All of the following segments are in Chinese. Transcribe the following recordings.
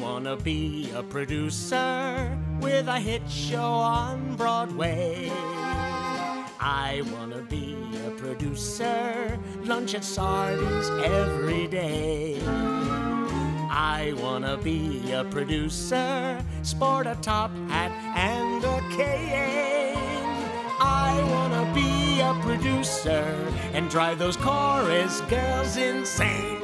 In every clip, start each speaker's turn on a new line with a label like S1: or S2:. S1: gonna be a producer with a hit show on Broadway. I wanna be a producer, lunch at Sardis every day. I wanna be a producer, sport a top hat and a cane. I wanna be a producer and drive those chorus girls insane.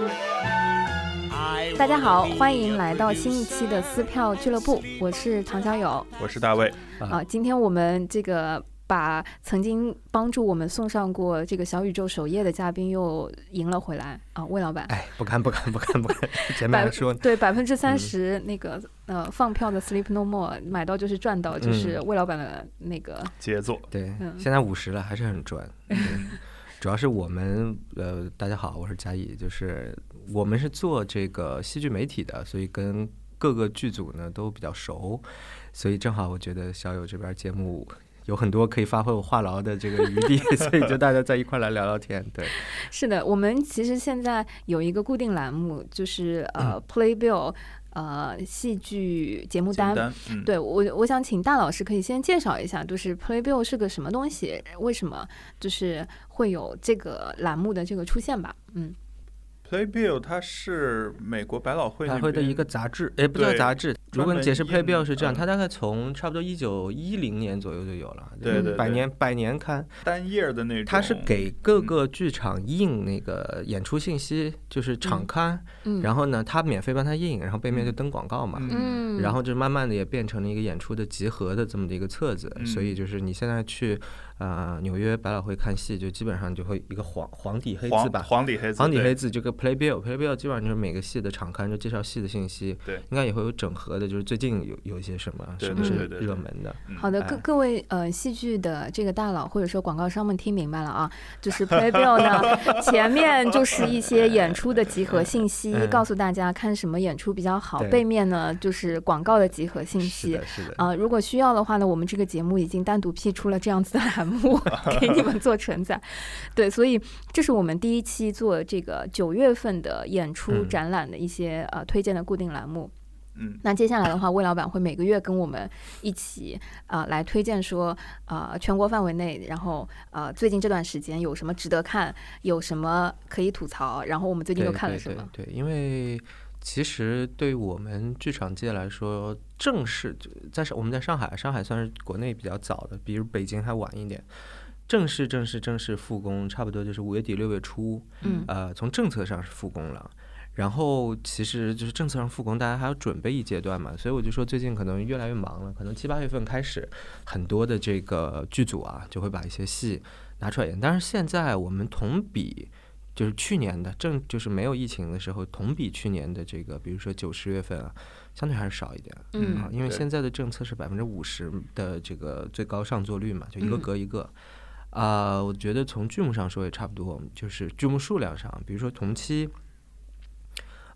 S1: I
S2: 大家好
S1: wanna，be
S2: 欢
S1: a
S2: 迎来到新一
S1: producer
S2: 期的撕票俱乐部，我是唐小友。
S3: 我是大卫，
S2: 啊，今天我们这个把曾经帮助我们送上过这个小宇宙首页的嘉宾又迎了回来啊，魏老板，
S3: 哎，不敢不敢不敢不敢，前面
S2: 百
S3: 还说呢，
S2: 对百分之三十那个呃放票的 Sleep No More 买到就是赚到，就是魏老板的那个
S3: 杰作，
S4: 对，
S2: 嗯
S4: 现在五十了还是很赚。对主要是我们呃，大家好，我是贾乙，就是我们是做这个戏剧媒体的，所以跟各个剧组呢都比较熟，所以正好我觉得小友这边节目。有很多可以发挥我话痨的这个余地， 所以就大家在一块儿来聊聊天。对，
S2: 是的，我们其实现在有一个固定栏目，就是呃 Playbill 呃戏剧节目单
S3: 简。单，嗯，
S2: 对我，我想请大老师可以先介绍一下，就是 Playbill 是个什么东西，为什么就是会有这个栏目的这个出现吧？嗯，
S3: Playbill 它是美国百老汇
S4: 百
S3: 那
S4: 会的
S3: 边
S4: 一个杂志，哎，不
S3: 对
S4: 叫杂志。如果你解释
S3: 专门
S4: Playbill 是这样，
S3: 印的嗯
S4: 它大概从差不多一九一零年左右就有了，
S3: 对
S4: 嗯
S3: 对
S4: 百
S3: 对
S4: 年百年刊。
S3: 单页的那种，
S4: 它是给各
S3: 嗯
S4: 个剧场印那个演出信息，就是场刊，
S2: 嗯
S4: 然后呢，它免费帮他印，然后背面就登广告嘛。
S2: 嗯，
S4: 然后就慢慢的也变成了一个演出的集合的这么的一个册子，
S3: 嗯
S4: 所以就是你现在去，呃，纽约百老汇看戏，就基本上就会一个黄黄底黑字
S3: 黄
S4: 吧，
S3: 黄底黑字，
S4: 黄底
S3: 对
S4: 黑字就个 playbill，playbill 基本上就是每个戏的场刊就介绍戏的信息，
S3: 对
S4: 应该也会有整合的，就是最近有有一些什么，
S3: 对
S4: 什么
S2: 对
S4: 是
S3: 对对对
S4: 热门的，
S2: 好
S4: 嗯
S2: 的，
S4: 哎
S2: 各各位呃，戏剧的这个大佬或者说广告商们听明白了啊，就是 Playbill 呢，前面就是一些演出的集合信息，
S4: 嗯
S2: 告诉大家看什么演出比较好；
S4: 对
S2: 背面呢就是广告的集合信
S4: 是
S2: 息
S4: 的，。是的，
S2: 啊、如果需要的话呢，我们这个节目已经单独辟出了这样子的栏 目给你们做承载。对，所以这是我们第一期做这个九月份的演出
S4: 嗯
S2: 展览的一些、呃推荐的固定栏目。
S3: 嗯，
S2: 那接下来的话，魏老板会每个月跟我们一起啊、呃来推荐说，呃，全国范围内，然后呃，最近这段时间有什么值得看，有什么可以吐槽，然后我们最近都
S4: 对
S2: 看了
S4: 对
S2: 什么？
S4: 对对，因为其实对于我们剧场界来说，正式就在上我们在上海，上海算是国内比较早的，比如北京还晚一点。正式正式正式复工，差不多就是五月底六月初，
S2: 嗯
S4: 呃，从政策上是复工了。然后其实就是政策上复工，大家还要准备一阶段嘛，所以我就说最近可能越来越忙了，可能七八月份开始，很多的这个剧组啊就会把一些戏拿出来演。但是现在我们同比就是去年的正就是没有疫情的时候，同比去年的这个，比如说九十月份啊，相对还是少一点。
S2: 嗯
S4: 啊，因为
S3: 对
S4: 现在的政策是百分之五十的这个最高上座率嘛，就一个
S2: 嗯
S4: 隔一个。啊、我觉得从剧目上说也差不多，就是剧目数量上，比如说同期，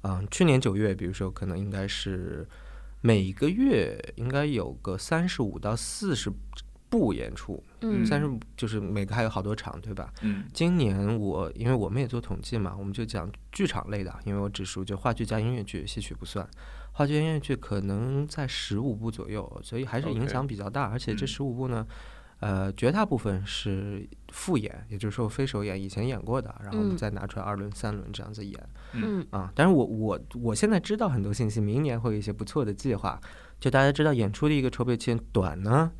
S4: 嗯、去年九月，比如说可能应该是每一个月应该有个三十五到四十部演出，
S2: 嗯
S4: 三十就是每个还有好多场，对吧？
S3: 嗯
S4: 今年我因为我们也做统计嘛，我们就讲剧场类的啊，因为我只熟就话剧加音乐剧，戏曲不算。话剧、音乐剧可能在十五部左右，所以还是
S3: OK
S4: 影响比较大。而且
S3: 嗯
S4: 这十五部呢，呃，绝大部分是复演，也就是说非首演，以前演过的，然后我
S2: 嗯
S4: 们再拿出来二轮、三轮这样子演。
S2: 嗯
S4: 啊，但是我我我现在知道很多信息，明年会有一些不错的计划。就大家知道，演出的一个筹备期短呢，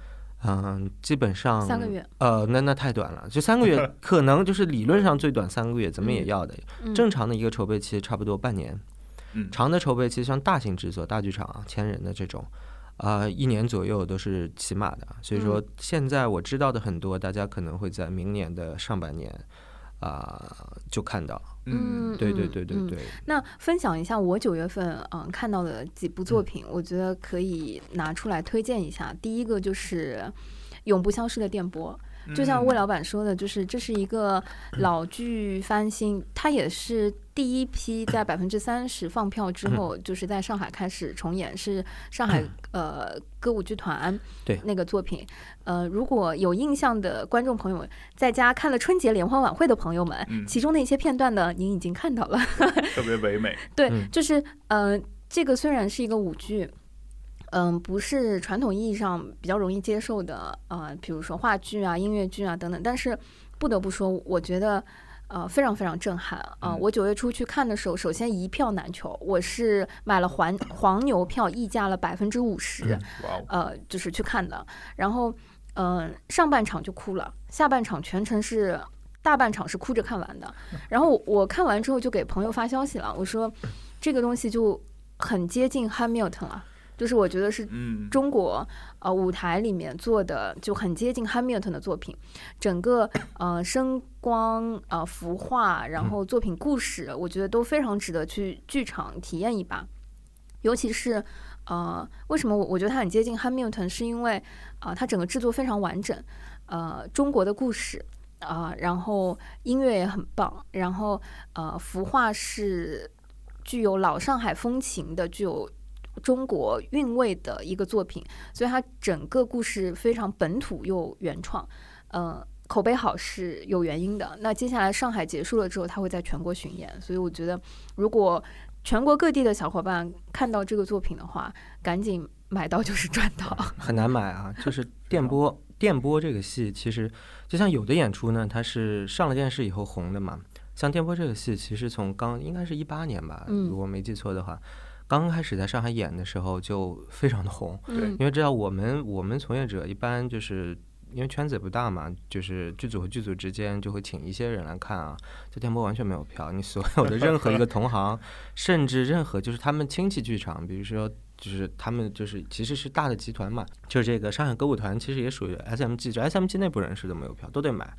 S4: 嗯、基本上
S2: 三个月。
S4: 呃，那那太短了，就三个月，可能就是理论上最短三个月，怎么也
S2: 嗯
S4: 要的。
S2: 嗯
S4: 正常的一个筹备期差不多半年，
S3: 嗯
S4: 长的筹备期像大型制作、大剧场啊、千人的这种，啊，一年左右都是起码的。所以
S2: 嗯
S4: 说，现在我知道的很多，大家可能会在明年的上半年啊、就看到。
S2: 嗯，
S4: 对对
S2: 嗯
S4: 对对
S2: 嗯
S4: 对。
S2: 那分享一下我九月份嗯、看到的几部作品，我觉得可以拿出来推荐一下。第一个就是《永不消失的电波》，
S3: 嗯
S2: 就像魏老板说的，就是这是一个老剧翻新，它也是第一批在百分之三十放票之后，就是在上海开始重演，是上海呃歌舞剧团
S4: 对
S2: 那个作品。呃，如果有印象的观众朋友，在家看了春节联欢晚会的朋友们，
S3: 嗯
S2: 其中的一些片段呢，您已经看到了。
S3: 特别唯美，
S2: 对，
S4: 嗯
S2: 就是呃，这个虽然是一个舞剧，嗯，不是传统意义上比较容易接受的啊、呃比如说话剧啊、音乐剧啊等等，但是不得不说，我觉得。呃，非常非常震撼啊、呃
S3: 嗯
S2: 我九月初去看的时候，首先一票难求，我是买了黄黄牛票，溢价了百分之五十，
S3: 哇哦，
S2: 呃，就是去看的。然后，嗯、上半场就哭了，下半场全程是大半场是哭着看完的。然后我看完之后就给朋友发消息了，我说这个东西就很接近 Hamilton 了，就是我觉得是
S3: 嗯，
S2: 中国呃舞台里面做的就很接近 Hamilton 的作品，整个呃声光呃服化，然后作品故事，我觉得都非常值得去剧场体验一把。尤其是呃，为什么我我觉得它很接近 Hamilton，是因为啊、呃它整个制作非常完整，呃，中国的故事。啊、然后音乐也很棒，然后呃，服化是具有老上海风情的，具有中国韵味的一个作品，所以它整个故事非常本土又原创，呃，口碑好是有原因的。那接下来上海结束了之后，它会在全国巡演，所以我觉得如果全国各地的小伙伴看到这个作品的话，赶紧买到就是赚 到。
S4: 很难买啊。就是电波，电波这个戏其实就像有的演出呢，它是上了电视以后红的嘛。像电波这个戏，其实从刚应该是一八年吧，
S2: 嗯
S4: 如果没记错的话，刚开始在上海演的时候就非常的红，
S3: 对
S2: 嗯
S4: 因为知道我们我们从业者一般就是因为圈子也不大嘛，就是剧组和剧组之间就会请一些人来看啊。这电波完全没有票，你所有的任何一个同行，甚至任何就是他们亲戚剧场，比如说就是他们就是其实是大的集团嘛，就是这个上海歌舞团其实也属于 SMG，就 SMG 内部人士都没有票，都得买，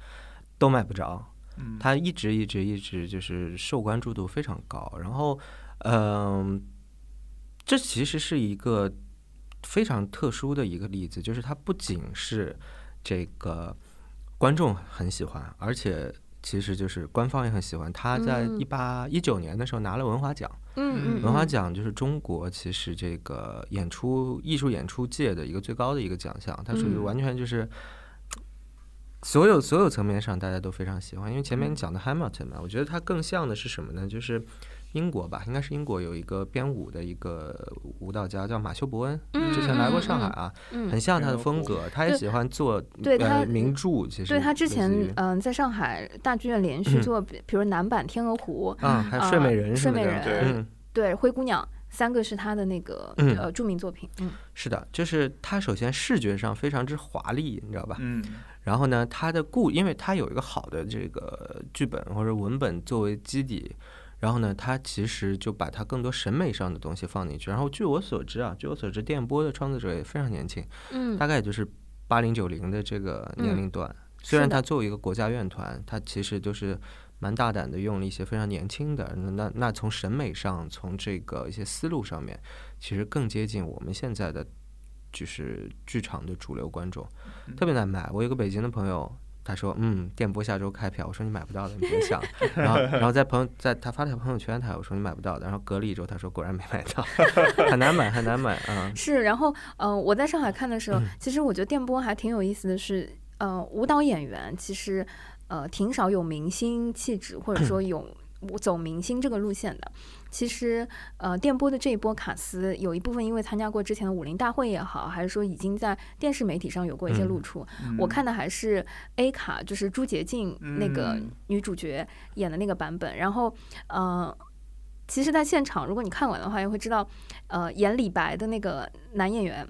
S4: 都买不着。
S3: 嗯
S4: 它一直一直一直就是受关注度非常高，然后，嗯、这其实是一个非常特殊的一个例子，就是它不仅是这个观众很喜欢，而且其实就是官方也很喜欢。他在
S2: 嗯
S4: 一八一九年的时候拿了文华奖，
S2: 嗯嗯，
S4: 文化奖就是中国其实这个演出艺术演出界的一个最高的一个奖项，它属于
S2: 嗯
S4: 完全就是所有所有层面上大家都非常喜欢。因为前
S2: 嗯
S4: 面讲的 Hamilton 嘛，我觉得它更像的是什么呢？就是英国吧，应该是英国有一个编舞的一个舞蹈家叫马修·伯恩，
S2: 嗯
S4: 之前来过上海啊，
S2: 嗯嗯
S4: 很像他的风格，他也
S2: 对
S4: 喜欢做
S2: 对他
S4: 呃名著，其实
S2: 对他之
S4: 类似
S2: 前
S4: 于啊
S2: 嗯、在上海大剧院连续做，比比如南版《天鹅湖》
S4: 啊，还有睡美
S2: 呃
S4: 人什
S2: 睡
S4: 么
S2: 美
S4: 的，
S2: 人
S3: 对
S4: 嗯。
S2: 对《灰姑娘》，三个是他的那个、
S4: 嗯
S2: 呃著名作品。嗯
S4: 是的，就是它首先视觉上非常之华丽，你知道吧？
S3: 嗯，
S4: 然后呢，它的故，因为它有一个好的这个剧本或者文本作为基底，然后呢，它其实就把它更多审美上的东西放进去。然后据我所知啊，据我所知，电波的创作者也非常年轻，
S2: 嗯
S4: 大概也就是八零九零的这个年龄段。虽
S2: 是
S4: 然
S2: 的
S4: 它作为一个国家院团，它其实都是蛮大胆的用了一些非常年轻的。那那那从审美上，从这个一些思路上面，其实更接近我们现在的就是剧场的主流观众，特别难买。我有个北京的朋友。他说：“嗯，电波下周开票。”我说：“你买不到的，你别想。”然后，然后在朋友在他发了条朋友圈，他我说：“你买不到的。”然后隔了一周，他说：“果然没买到， 很难买，很难买啊。
S2: 是，然后呃，我在上海看的时候，其实我觉得电波还挺有意思的是，呃，舞蹈演员其实呃挺少有明星气质，或者说有走明星这个路线的。其实呃，电波的这一波卡司，有一部分因为参加过之前的武林大会也好，还是说已经在电视媒体上有过一些露出，
S3: 嗯
S2: 我看的还是 A 卡，就是朱洁静那个
S3: 嗯
S2: 女主角演的那个版本。然后，呃，其实，在现场，如果你看完的话，也会知道，呃，演李白的那个男演员。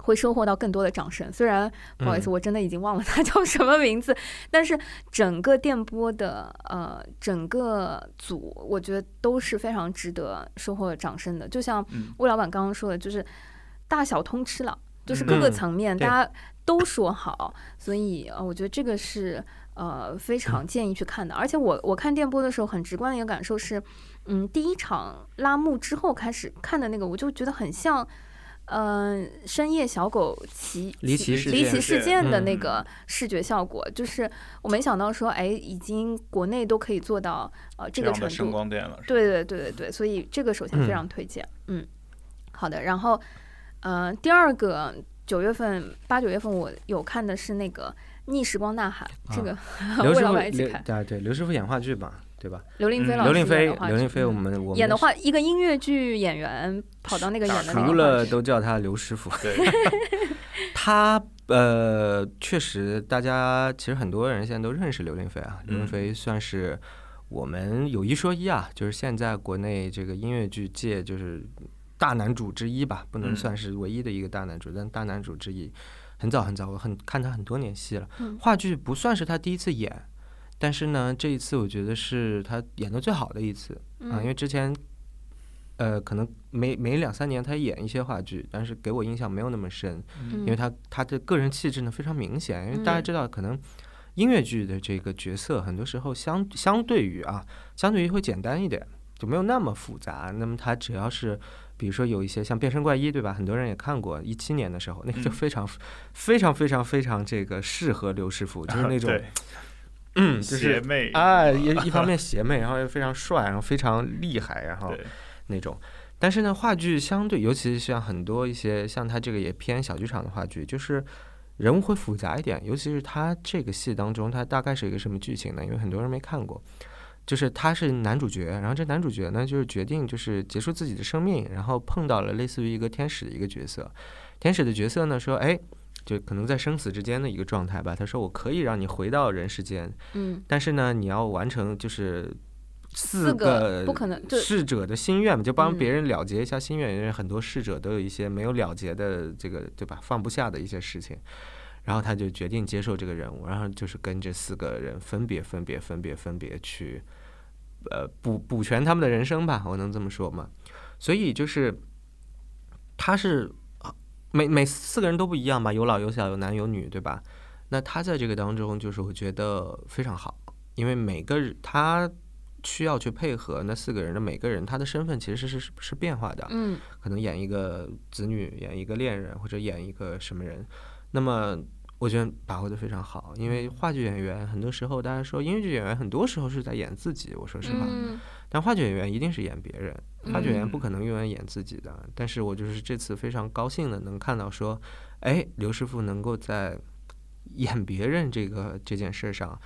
S2: 会收获到更多的掌声，虽然不好意思，
S4: 嗯
S2: 我真的已经忘了他 叫什么名字，但是整个电波的呃整个组，我觉得都是非常值得收获掌声的。就像
S3: 嗯
S2: 魏老板刚刚说的，就是大小通吃了，就是各
S4: 嗯
S2: 个层面
S4: 对
S2: 大家都说好，所以呃，我觉得这个是呃非常建议去看的。而且我我看电波的时候，很直观的一个感受是，嗯，第一场拉幕之后开始看的那个，我就觉得很像。嗯、深夜小狗骑
S4: 离
S2: 骑
S4: 奇事
S2: 离
S4: 件
S2: 奇事
S3: 是
S2: 件的
S4: 嗯
S2: 那个视觉效果，就是我没想到说，哎，已经国内都可以做到呃这
S3: 这
S2: 个
S3: 样
S2: 程
S3: 的声
S2: 度，
S3: 光电 了，是吧
S2: 对对对对对，所以这个首先非常推荐。嗯好的。然后，呃，第二个九月份八九月份我有看的是那个《逆时光呐喊》，这
S4: 啊
S2: 个
S4: 刘
S2: 魏
S4: 师
S2: 老
S4: 傅
S2: 板一起
S4: 刘
S2: 看。
S4: 啊，对，刘师傅演话剧吧，对吧？
S2: 刘令飞
S4: 嗯
S2: 老师
S4: 刘令飞
S2: 演的，话
S4: 刘令飞，
S2: 嗯
S4: 我们我们
S2: 演的话，一个音乐剧演员跑到那个演的那
S4: 除
S2: 个话
S4: 了
S2: 剧，
S4: 都叫他刘师傅，
S3: 对，
S4: 他呃，确实，大家其实很多人现在都认识刘令飞啊。刘
S3: 嗯
S4: 令飞算是我们有一说一啊，就是现在国内这个音乐剧界就是大男主之一吧，不能
S3: 嗯
S4: 算是唯一的一个大男主，但大男主之一。很早很早，我很看他很多年戏了
S2: 嗯。
S4: 话剧不算是他第一次演，但是呢，这一次我觉得是他演的最好的一次。啊，因为
S2: 嗯
S4: 之前，呃，可能每每两三年他演一些话剧，但是给我印象没有那么深，因
S2: 嗯
S4: 为他他的个人气质呢非常明显，因为大家
S2: 嗯
S4: 知道可能。音乐剧的这个角色，很多时候相相对于啊，相对于会简单一点，就没有那么复杂。那么他只要是，比如说有一些像《变身怪医》，对吧？很多人也看过，一七年的时候，那个
S3: 嗯
S4: 就非常、非常非常非常这个适合刘师傅，就是 那种
S3: 啊对
S4: 嗯，就
S3: 邪
S4: 是
S3: 魅，
S4: 啊，也一方面邪魅，然后又非常帅，然后非常厉害，然后
S3: 对，
S4: 那种。但是呢，话剧相对，尤其是像很多一些像他这个也偏小剧场的话剧，就是人物会复杂一点。尤其是他这个戏当中，他大概是一个什么剧情呢？因为很多人没看过，就是他是男主角，然后这男主角呢，就是决定就是结束自己的生命，然后碰到了类似于一个天使的一个角色。天使的角色呢说，哎，就可能在生死之间的一个状态吧。他说，我可以让你回到人世间，
S2: 嗯，
S4: 但是呢，你要完成就是
S2: 四
S4: 四
S2: 个
S4: 个
S2: 不可能就
S4: 逝者的心愿嘛，就帮
S2: 嗯
S4: 别人了结一下心愿，因为很多逝者都有一些没有了结的这个对吧，放不下的一些事情。然后他就决定接受这个任务，然后就是跟这四个人分别、分别、分别、分别去，呃，补补全他们的人生吧，我能这么说吗？所以就是，他是啊每每四个人都不一样嘛，有老有小，有男有女，对吧？那他在这个当中，就是我觉得非常好，因为每个人他需要去配合那四个人的每个人，他的身份其实是是是变化的，
S2: 嗯
S4: 可能演一个子女，演一个恋人，或者演一个什么人，那么。我觉得把握的非常好，因为话剧演员很多时候，大家说音乐剧演员很多时候是在演自己，我说实话，
S2: 嗯
S4: 但话剧演员一定是演别人，话剧演员
S3: 嗯
S4: 不可能永远演自己的。但是我就是这次非常高兴的能看到说，哎，刘师傅能够在演别人这个这件事上，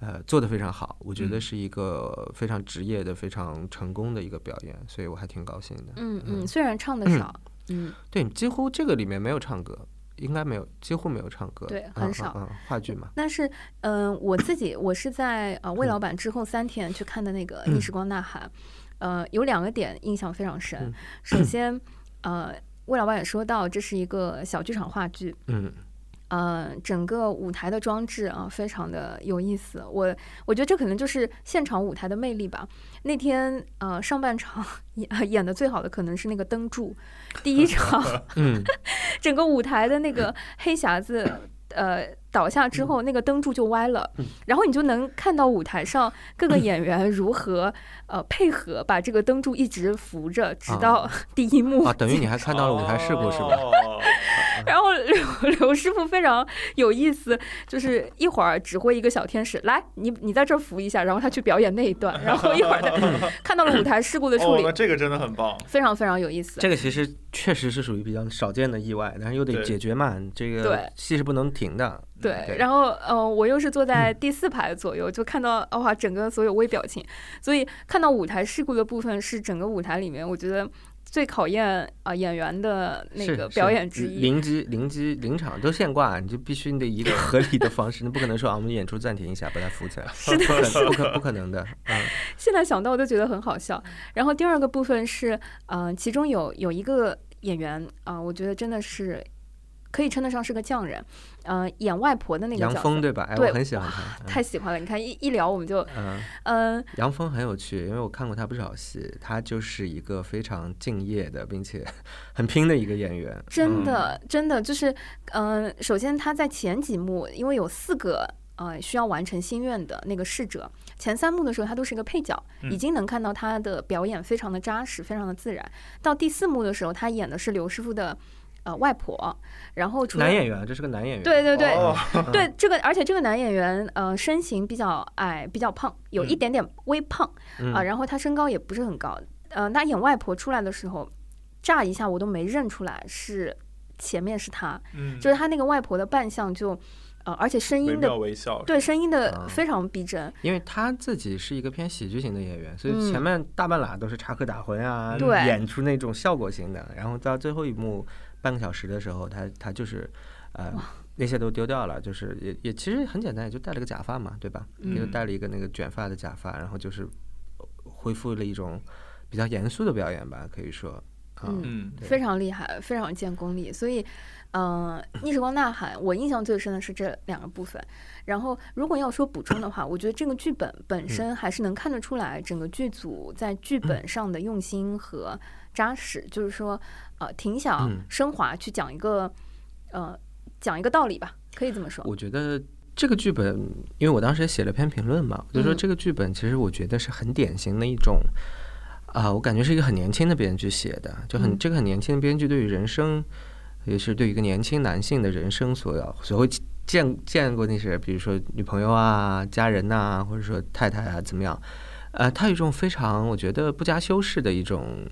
S4: 呃，做得非常好，我觉得
S3: 嗯
S4: 是一个非常职业的、非常成功的一个表演，所以我还挺高兴的。
S2: 嗯嗯，
S4: 嗯
S2: 虽然唱的少，嗯
S4: 对，几乎这个里面没有唱歌，应该没有，几乎没有唱歌，
S2: 对
S4: 嗯
S2: 很
S4: 嗯
S2: 少
S4: 嗯，话剧嘛，
S2: 但是，嗯、我自己我是在呃魏
S4: 嗯
S2: 老板之后三天去看的那个《逆时光呐喊》，呃，有两个点印象非常深。
S4: 嗯
S2: 首先，呃，魏老板也说到这是一个小剧场话剧，
S4: 嗯
S2: 呃，整个舞台的装置啊，非常的有意思。我我觉得这可能就是现场舞台的魅力吧。那天呃上半场 演呃演的最好的可能是那个灯柱，第一场
S4: 嗯，
S2: 整个舞台的那个黑匣子，呃，倒下之后，那个灯柱就歪了，然后你就能看到舞台上各个演员如何呃配合把这个灯柱一直扶着，直到第一幕。
S4: 啊，等于你还看到了舞台事故是吧？
S3: 哦？
S2: 然后刘 刘师傅非常有意思，就是一会儿指挥一个小天使来，你你在这儿扶一下，然后他去表演那一段，然后一会儿他看到了舞台事故的处
S3: 哦，
S2: 理
S3: 那，这个真的很棒，
S2: 非常非常有意思。
S4: 这个其实确实是属于比较少见的意外，但是又得
S3: 对
S4: 解决嘛，你这
S2: 对
S4: 个戏是不能停的。
S2: 对，然后呃，我又是坐在
S4: 嗯
S2: 第四排左右，就看到哇，整个所有微表情，所以看到舞台事故的部分是整个舞台里面，我觉得最考验啊、呃演员的那
S4: 是
S2: 个
S4: 是
S2: 表演之一。
S4: 临机临机临场都现挂，你就必须你得一个合理的方式，你不可能说啊，我们演出暂停一下，把它扶起来，
S2: 是的，
S4: 不可不可不可能的。嗯
S2: 现在想到我都觉得很好笑。然后第二个部分是，呃，其中有有一个演员啊、呃我觉得真的是可以称得上是个匠人，呃，演外婆的那个
S4: 杨
S2: 角
S4: 峰
S2: 色。
S4: 对吧？哎，
S2: 对
S4: 我很喜欢他。
S2: 太喜欢了，你看一一聊我们就，
S4: 嗯，
S2: 嗯、
S4: 杨峰很有趣，因为我看过他不少戏，他就是一个非常敬业的，并且很拼的一个演员。
S2: 真的，真的就是，嗯、首先他在前几幕，因为有四个呃需要完成心愿的那个侍者，前三幕的时候他都是一个配角，已
S3: 嗯
S2: 经能看到他的表演非常的扎实，非常的自然。到第四幕的时候，他演的是刘师傅的呃外婆，然后除了
S4: 男演员，啊这是个男演员。
S2: 对对对、
S3: 哦
S2: 对，这个而且这个男演员呃身形比较矮，比较胖，有一
S3: 嗯
S2: 点点微胖啊、
S4: 嗯
S2: 然后他身高也不是很高，呃，他演外婆出来的时候，乍一下我都没认出来是前面是他，
S3: 嗯，
S2: 就是他那个外婆的扮相就。呃，而且声
S3: 惟
S2: 音
S3: 妙嗯
S2: 的
S3: 惟肖。
S2: 对声音
S4: 啊
S2: 的非常逼真，
S4: 因为他自己是一个偏喜剧型的演员，所以
S2: 嗯
S4: 前面大半拉都是插科打诨啊，
S2: 对
S4: 演出那种效果型的，然后到最后一幕半个小时的时候，他他就是呃那些都丢掉了，就是也也其实很简单，也就戴了个假发嘛，对吧？也
S2: 嗯
S4: 就戴了一个那个卷发的假发，然后就是恢复了一种比较严肃的表演吧，可以说，啊
S2: 嗯
S3: 嗯，
S4: 对
S2: 非常厉害，非常见功力。所以，嗯、逆时光呐喊，我印象最深的是这两个部分。然后，如果要说补充的话，我觉得这个剧本
S4: 嗯
S2: 本身还是能看得出来整个剧组在剧本上的用心和扎实，就是说，呃，挺想
S4: 嗯
S2: 升华去讲一个，呃，讲一个道理吧，可以这么说。
S4: 我觉得这个剧本，因为我当时也写了篇评论嘛，我就说
S2: 嗯
S4: 这个剧本其实我觉得是很典型的一种，啊、我感觉是一个很年轻的编剧写的，就很、
S2: 嗯
S4: 这个很年轻的编剧对于人生，也是对于一个年轻男性的人生所要所会见见过那些，比如说女朋友啊、家人呐、或者说太太啊怎么样，呃，他有一种非常我觉得不加修饰的一种。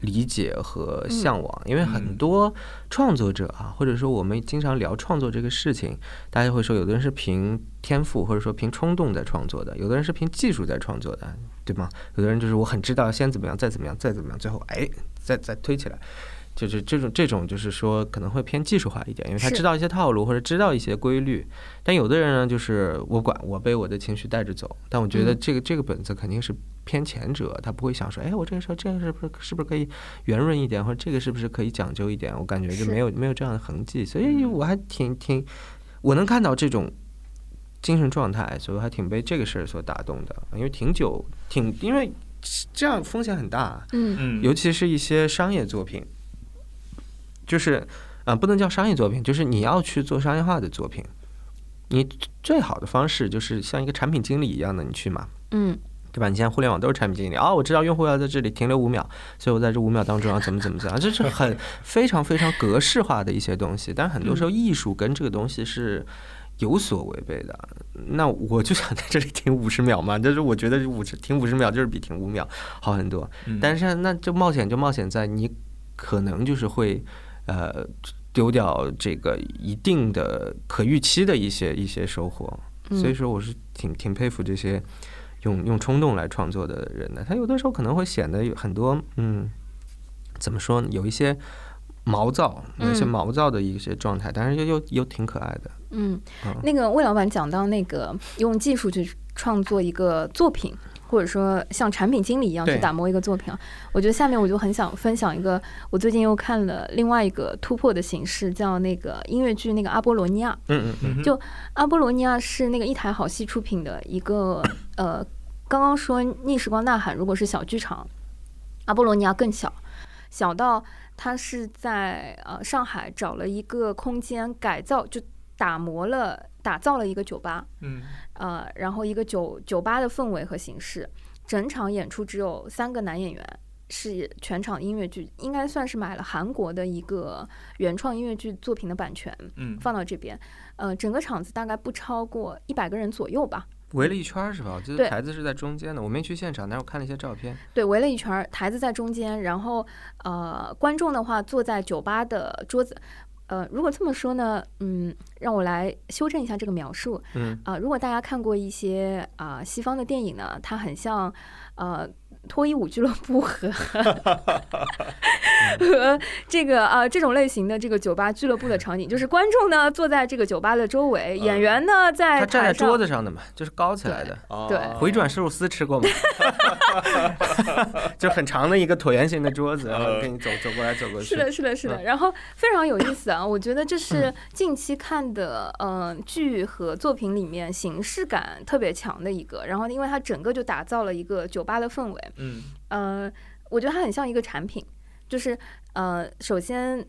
S4: 理解和向往，因为很
S3: 嗯
S4: 多创作者啊，或者说我们经常聊创作这个事情，大家会说，有的人是凭天赋或者说凭冲动在创作的，有的人是凭技术在创作的，对吗？有的人就是我很知道先怎么样，再怎么样，再怎么样，最后哎，再再推起来，就是这种这种就是说可能会偏技术化一点，因为他
S2: 是
S4: 知道一些套路或者知道一些规律。但有的人呢，就是我管我被我的情绪带着走，但我觉得
S2: 嗯
S4: 这个这个本子肯定是偏前者，他不会想说，哎，我这个时候这个是不是是不是可以圆润一点，或者这个是不是可以讲究一点？我感觉就是没有没有这样的痕迹，所以我还挺挺，我能看到这种精神状态，所以我还挺被这个事儿所打动的，因为挺久挺因为这样风险很大，啊
S2: 嗯
S3: 嗯，
S4: 尤其是一些商业作品，就是啊、呃不能叫商业作品，就是你要去做商业化的作品，你最好的方式就是像一个产品经理一样的你去嘛，
S2: 嗯，
S4: 对吧？你现在互联网都是产品经理哦，我知道用户要在这里停留五秒，所以我在这五秒当中要怎么怎么怎么，这是很非常非常格式化的一些东西。但很多时候艺术跟这个东西是有所违背的。那我就想在这里停五十秒嘛，就是我觉得五十停五十秒就是比停五秒好很多。
S3: 嗯
S4: 但是那就冒险就冒险在你可能就是会呃丢掉这个一定的可预期的一些一些收获，
S2: 嗯
S4: 所以说我是挺挺佩服这些用用冲动来创作的人的，他有的时候可能会显得有很多嗯怎么说呢，有一些。毛躁，有一些
S2: 嗯
S4: 毛躁的一些状态，但是又又又挺可爱的。
S2: 嗯
S4: 嗯，
S2: 那个魏老板讲到那个用技术去创作一个作品，或者说像产品经理一样去
S4: 对
S2: 打磨一个作品啊，我觉得下面我就很想分享一个，我最近又看了另外一个突破的形式，叫那个音乐剧那个《阿波罗尼亚》。
S4: 嗯嗯嗯，
S2: 就阿波罗尼亚是那个一台好戏出品的一个呃，刚刚说逆时光呐喊，如果是小剧场，阿波罗尼亚更小，小到它是在呃上海找了一个空间改造，就打磨了打造了一个酒吧，
S3: 嗯
S2: 呃，然后一个酒酒吧的氛围和形式，整场演出只有三个男演员。是全场音乐剧，应该算是买了韩国的一个原创音乐剧作品的版权，
S3: 嗯
S2: 放到这边，呃，整个场子大概不超过一百个人左右吧。
S4: 围了一圈儿是吧？我记得
S2: 对
S4: 台子是在中间的，我没去现场，但是我看了一些照片。
S2: 对，围了一圈儿，台子在中间，然后呃，观众的话坐在酒吧的桌子。呃，如果这么说呢，嗯，让我来修正一下这个描述
S4: 嗯
S2: 啊、如果大家看过一些啊、西方的电影呢，它很像呃脱衣舞俱乐部 和和这个啊、这种类型的这个酒吧俱乐部的场景，就是观众呢坐在这个酒吧的周围，演员呢在
S4: 嗯他站在
S2: 哎台上
S4: 桌子上的嘛，就是高起来的。
S3: 哦
S2: 对
S4: 回转寿司吃 过吗？就很长的一个椭圆形的桌
S3: 呃
S4: 子，然后给你走走过来走过去。
S2: 是的，是的，是的。然后非常有意思啊，我觉得这是近期看的呃剧和作品里面形式感特别强的一个。然后，因为它整个就打造了一个酒吧的氛围，
S3: 嗯
S2: 呃，我觉得它很像一个产品，就是呃，首先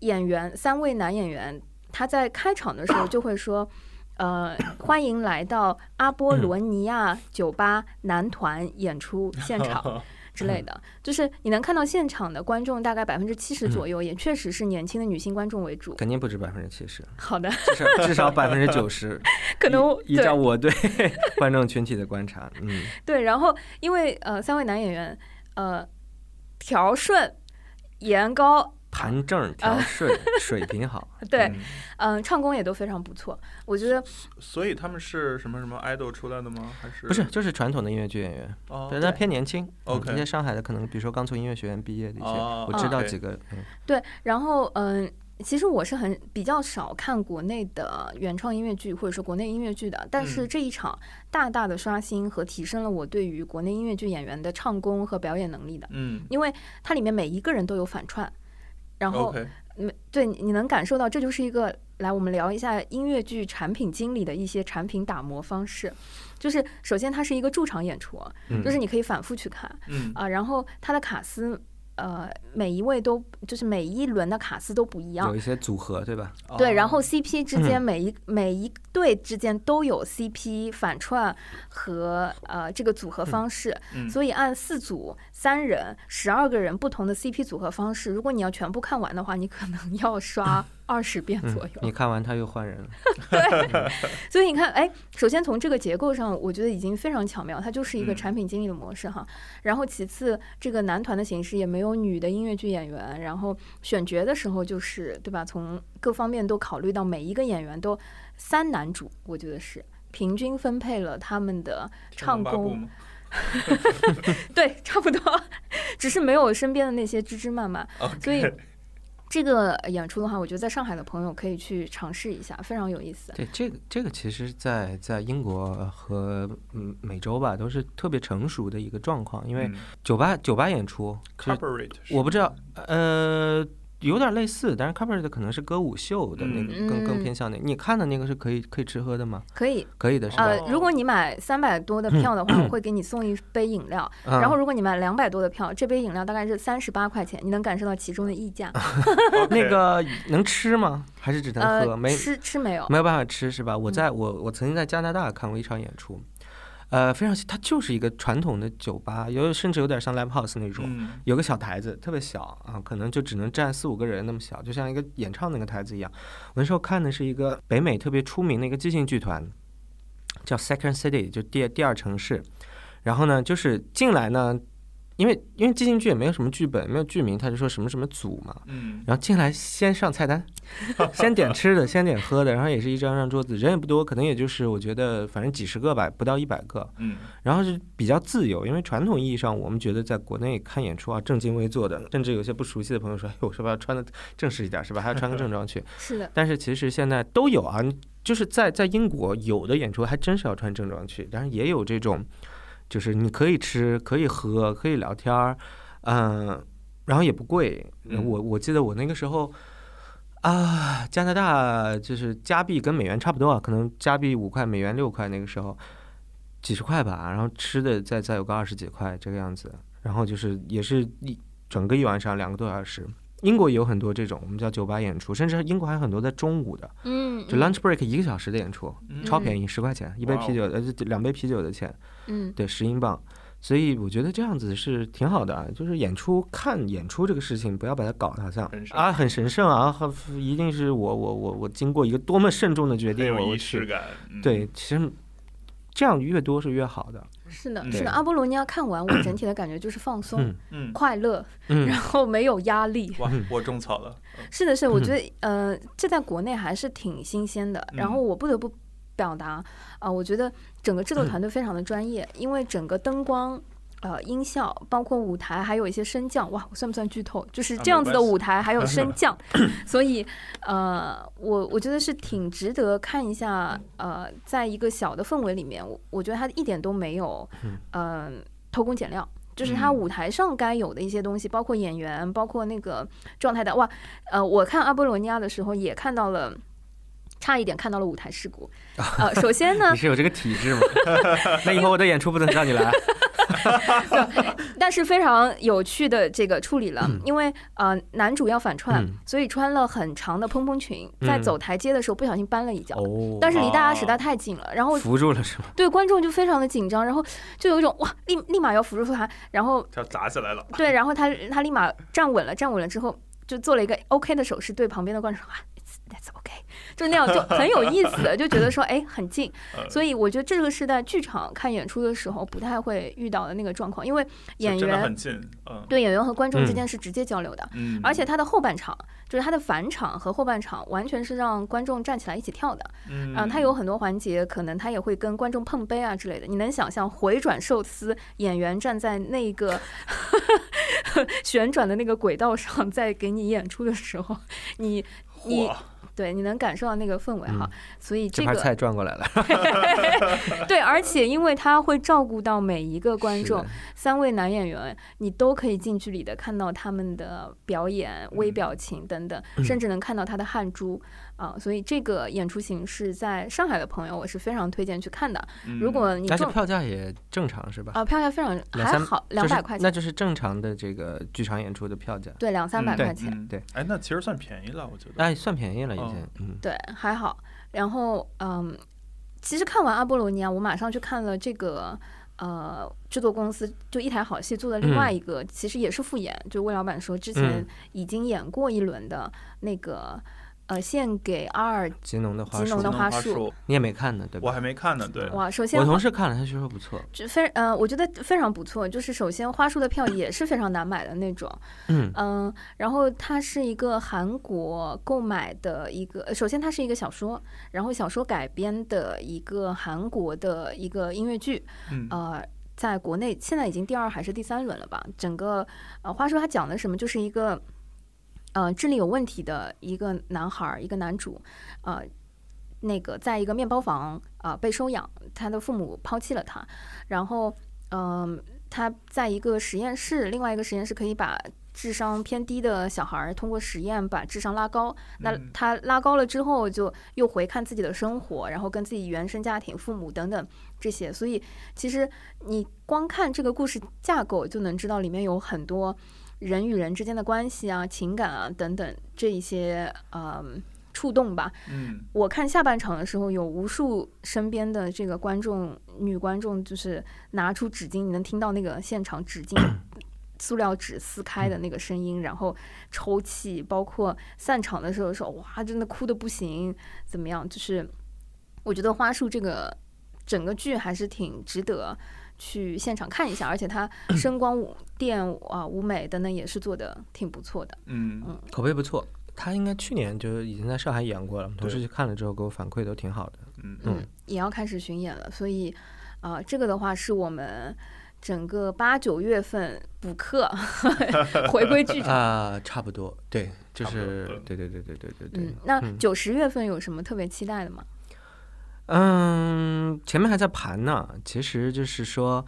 S2: 演员三位男演员他在开场的时候就会说。呃，欢迎来到阿波罗尼亚酒吧男团演出现 场。之
S3: 嗯
S2: 类的，就是你能看到现场的观众大概百分之
S3: 嗯
S2: 七十左右，也确实是年轻的女性观众为主。
S4: 肯定不止百分之七十，
S2: 好的，
S4: 至少至少百分之九十。
S2: 可能
S4: 依依照
S2: 对
S4: 我对 观众群体的观察，嗯，
S2: 对，然后因为呃三位男演员呃调顺、颜高、
S4: 盘正调税，水平好。
S2: 对，
S3: 嗯
S2: 嗯、唱功也都非常不错。我觉得
S3: 所以他们是什么什么 idol 出来的吗？还 是
S4: 不是，就是传统的音乐剧演员，
S3: 哦
S4: 但他偏年轻。
S3: OK
S4: 一些上海的可能，比如说刚从音乐学院毕业的一些，
S3: 哦
S4: 我知道
S3: OK
S4: 几个。嗯
S2: 对，然后嗯。其实我是很比较少看国内的原创音乐剧或者说国内音乐剧的，但是
S3: 嗯
S2: 这一场大大的刷新和提升了我对于国内音乐剧演员的唱功和表演能力的，
S3: 嗯
S2: 因为它里面每一个人都有反串，然后
S3: ，OK，
S2: 嗯，对，你你能感受到这就是一个来，我们聊一下音乐剧产品经理的一些产品打磨方式。就是首先它是一个驻场演出啊，就是你可以反复去看
S3: 嗯
S2: 啊、然后它的卡司。呃，每一位都就是每一轮的卡司都不一样
S4: 有，一些组合，对吧？
S3: 哦
S2: 对，然后 CP 之
S3: 嗯
S2: 间每一、每一队之间都有 CP 反串和呃这个组合方式，
S3: 嗯
S2: 所以按四组、三人、十二个人不同的 CP 组合方式，如果你要全部看完的话，你可能要刷二十遍
S4: 嗯
S2: 左右。
S4: 你看完他又换人了。
S2: 所以你看，哎，首先从这个结构上，我觉得已经非常巧妙，它就是一个
S3: 嗯
S2: 产品经理的模式哈。然后其次，这个男团的形式也没有女的音乐剧演员，然后选角的时候就是对吧？从各方面都考虑到每一个演员都三男主，我觉得是。平均分配了他们的
S3: 天
S2: 唱
S3: 龙八部
S2: 功，
S3: 吗
S2: 对， 差不多，只是没有身边的那些枝枝蔓蔓。
S3: ？OK，嗯
S2: 所以这个演出的话，我觉得在上海的朋友可以去尝试一下，非常有意思。
S4: 对，这个这个其实在，在英国呃和嗯美洲吧，都是特别成熟的一个状况，因为
S3: 嗯
S4: 酒吧、酒吧演出，其实
S3: corporate，
S4: 我不知道，呃，有点类似，但是 cover 的可能是歌舞秀的那个，
S2: 嗯
S4: 更更
S2: 嗯
S4: 偏向那个。你看的那个是可以可以吃喝的吗？
S2: 可以
S4: 可以的是吧？
S2: 呃，如果你买三百多的票的话，我会给你送一杯饮料。然后
S4: 嗯
S2: 如果你买两百多的票，这杯饮料大概是三十八块钱，你能感受到其中的溢价。
S4: 那个能吃吗？还是只啊能喝？
S2: 呃，
S4: 没
S2: 吃嗯吃没有？
S4: 没有办法吃是吧？我在我我曾经在加拿大看过一场演出，呃，非常它就是一个传统的酒吧，有甚至有点像 live house 那种。
S3: 嗯
S4: 有个小台子，特别小啊，可能就只能站四五个人那么小，就像一个演唱那个台子一样。我那时候看的是一个北美特别出名的一个即兴剧团，叫 Second City，就第第二城市。然后呢，就是进来呢，因为因为即兴剧也没有什么剧本，没有剧名，他就说什么什么组嘛。
S3: 嗯
S4: 然后进来先上菜单， 先点吃的，先点喝的，然后也是一张张桌子，人也不多，可能也就是我觉得反正几十个吧，不到一百个。
S3: 嗯
S4: 然后是比较自由，因为传统意义上，我们觉得在国内看演出啊，正襟危坐的，甚至有些不熟悉的朋友说：“哎呦，是不是要穿的正式一点，是吧？还要 穿个正装去。
S2: 是的”，
S4: 但是其实现在都有啊，就是在在英国有的演出还真是要穿正装去，但是也有这种，就是你可以吃，可以喝，可以聊天儿，嗯、然后也不贵。
S3: 嗯
S4: 我我记得我那个时候。啊，加拿大就是加币跟美元差不多啊，可能加币五块，美元六块，那个时候几十块吧，然后吃的再再有个二十几块这个样子，然后就是也是一整个一晚上两个多小时。英国也有很多这种我们叫酒吧演出，甚至英国还有很多在中午的，
S2: 嗯，
S4: 就 lunch break 一个小时的演出，
S3: 嗯
S4: 超便宜，十块钱一杯
S3: 哇哦
S4: 啤酒，呃，就两杯啤酒的钱，
S2: 嗯，
S4: 对，十英镑。所以我觉得这样子是挺好的啊，就是演出看演出这个事情，不要把它搞得好像
S3: 很神
S4: 啊很神圣啊，很一定是我我我我经过一个多么慎重的决
S3: 很
S4: 定，
S3: 有
S4: 我
S3: 仪
S4: 去
S3: 式感，嗯
S4: 对，其实这样越多是越好的。
S2: 是的，
S3: 嗯
S2: 是
S4: 对
S2: 的。阿波罗尼亚看完，我整体的感觉就是放松、
S4: 嗯
S3: 嗯，
S2: 快乐，
S4: 嗯
S2: 然后没有压力。
S3: 哇，我种草了，
S2: 是的，是的，我觉
S3: 嗯
S2: 得呃，这在国内还是挺新鲜的。然
S3: 嗯
S2: 后我不得不表达啊、我觉得整个制作团队非常的专业，因为整个灯光。呃，音效包括舞台，还有一些升降，哇，我算不算剧透？就是
S3: 啊
S2: 这样
S3: 没
S2: 子的
S3: 关系
S2: 舞台，还有升降，所以，呃，我我觉得是挺值得看一下。呃，在一个小的氛围里面，我我觉得它一点都没有，嗯、偷工减料，就是它
S3: 嗯
S2: 舞台上该有的一些东西，包括演员，包括那个状态的。哇，呃，我看阿波罗尼亚的时候也看到了，差一点看到了舞台事 故。呃，首先呢
S4: 你，是有这个体质吗？ 那以后我的演出不能让 你来。
S2: 但是非常有趣的这个处理了，因为呃，男主要反串
S4: 嗯，
S2: 所以穿了很长的蓬蓬裙，
S4: 嗯
S2: 在走台阶的时候不小心绊了一跤。
S4: 哦
S2: 但是离大家实在太近了，然后
S4: 扶住了是吗？
S2: 对观众就非常的紧张，然后就有一种哇，立立马要扶住他，然后
S3: 它砸起来了，
S2: 对，然后他他立马站稳了，站稳了之后就做了一个 OK 的手势，对旁边的观众说啊，it's that's okay，就那样就很有意思，就觉得说哎很近。
S3: 呃
S2: 所以我觉得这个是在剧场看演出的时候不太会遇到的那个状况，因为演
S3: 就真的
S2: 员
S3: 很近，嗯
S2: 对演员和观众之
S4: 嗯
S2: 间是直接交流的，
S3: 嗯，
S2: 而且他的后半场就是他的返场和后半场完全是让观众站起来一起跳的。
S3: 嗯，
S2: 嗯，他有很多环节，可能他也会跟观众碰杯啊之类的。你能想象回转寿司演员站在那个 旋转的那个轨道上，在给你演出的时候，你你
S3: 嚯
S2: 对你能感受到那个氛围哈。所以这
S4: 嗯这盘
S2: 个
S4: 菜转过来了，
S2: 对，而且因为他会照顾到每一个观
S4: 是
S2: 众
S4: 的，
S2: 三位男演员，你都可以近距离的看到他们的表演、微表情等等，
S4: 嗯
S2: 甚至能看到他的汗珠啊、所以这个演出形式在上海的朋友，我是非常推荐去看的。
S3: 嗯
S4: 嗯
S2: 如果你
S4: 而且
S2: 中
S4: 票价也正常是吧？
S2: 啊、票价非常
S4: 两
S2: 还
S4: 三
S2: 好，
S4: 就
S2: 两
S4: 是
S2: 百块
S4: 那
S2: 钱，
S4: 就是正常的这个剧场演出的票价。
S2: 对，两三百
S3: 嗯
S2: 块钱，
S3: 嗯
S4: 对，
S3: 哎，那其实算便宜了，我觉得。
S4: 哎，算便宜了已
S3: 哦
S4: 经，嗯，
S2: 对，还好。然后嗯，其实看完《阿波罗尼亚》，我马上去看了这个。呃，制作公司就一台好戏做的另外一个，其实也是复演。就魏老板说，之前
S4: 嗯
S2: 已经演过一轮的那个，呃，献给阿尔
S4: 吉农的花
S2: 吉农
S4: 束
S2: 的
S3: 那
S2: 花束
S3: 束，
S4: 你也没看呢，对
S3: 我
S4: 吧？
S3: 还没看呢，对，
S2: 哇，首先
S4: 我同事看了，他就说不错，
S2: 就非呃，我觉得非常不错。就是首先花束的票也是非常难买的那种，
S4: 嗯
S2: 嗯、然后它是一个韩国购买的一个，呃首先它是一个小说，然后小说改编的一个韩国的一个音乐剧，
S3: 嗯
S2: 呃。在国内现在已经第二还是第三轮了吧？整个呃，话说它讲的什么，就是一个呃智力有问题的一个男孩儿，一个男主，呃，那个在一个面包房啊、呃被收养，他的父母抛弃了他，然后嗯、他在一个实验室，另外一个实验室可以把智商偏低的小孩儿通过实验把智商拉高。那
S3: 嗯
S2: 他拉高了之后，就又回看自己的生活，然后跟自己原生家庭、父母等等这些。所以其实你光看这个故事架构就能知道里面有很多人与人之间的关系啊、情感啊等等这一些嗯触动吧。
S3: 嗯
S2: 我看下半场的时候，有无数身边的这个观众，女观众就是拿出纸巾，你能听到那个现场纸巾。塑料纸撕开的那个声音，然后抽泣，包括散场的时候说哇，真的哭的不行，怎么样？就是我觉得花束这个整个剧还是挺值得去现场看一下，而且它声光舞电啊、舞美等等也是做的挺不错的。
S3: 嗯
S4: 口碑不错。他应该去年就已经在上海演过了，同事去看了之后给我反馈都挺好的。
S3: 嗯
S4: 嗯
S2: 嗯，也要开始巡演了，所以，啊、这个的话是我们整个八九月份补课 回归剧场。
S4: 啊、差不多，对，就
S3: 差不多
S4: 是
S3: 嗯
S4: 对对对对对对 对
S2: 嗯，，那九十月份有什么特别期待的吗？
S4: 嗯，前面还在盘呢，其实就是说，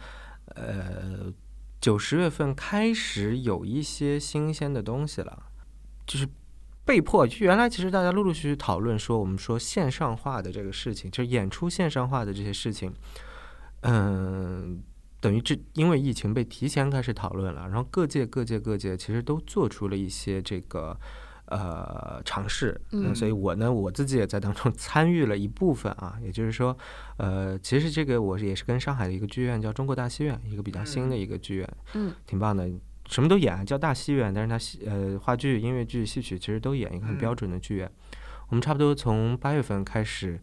S4: 呃，九十月份开始有一些新鲜的东西了，就是被迫。就原来其实大家陆陆续续讨论说，我们说线上化的这个事情，就是演出线上化的这些事情，嗯。等于这因为疫情被提前开始讨论了，然后各界各界各界其实都做出了一些这个呃尝试，
S2: 嗯
S4: 所以我呢我自己也在当中 参与了一部分啊，也就是说，呃，其实这个我是也是跟上海的一个剧院叫中国大戏院，一个比较新的一个剧院，
S2: 嗯，
S4: 挺棒的，什么都演，啊叫大戏院，但是它戏呃话剧、音乐剧、戏曲其实都演，一个
S3: 嗯
S4: 很标准的剧院。我们差不多从八月份开始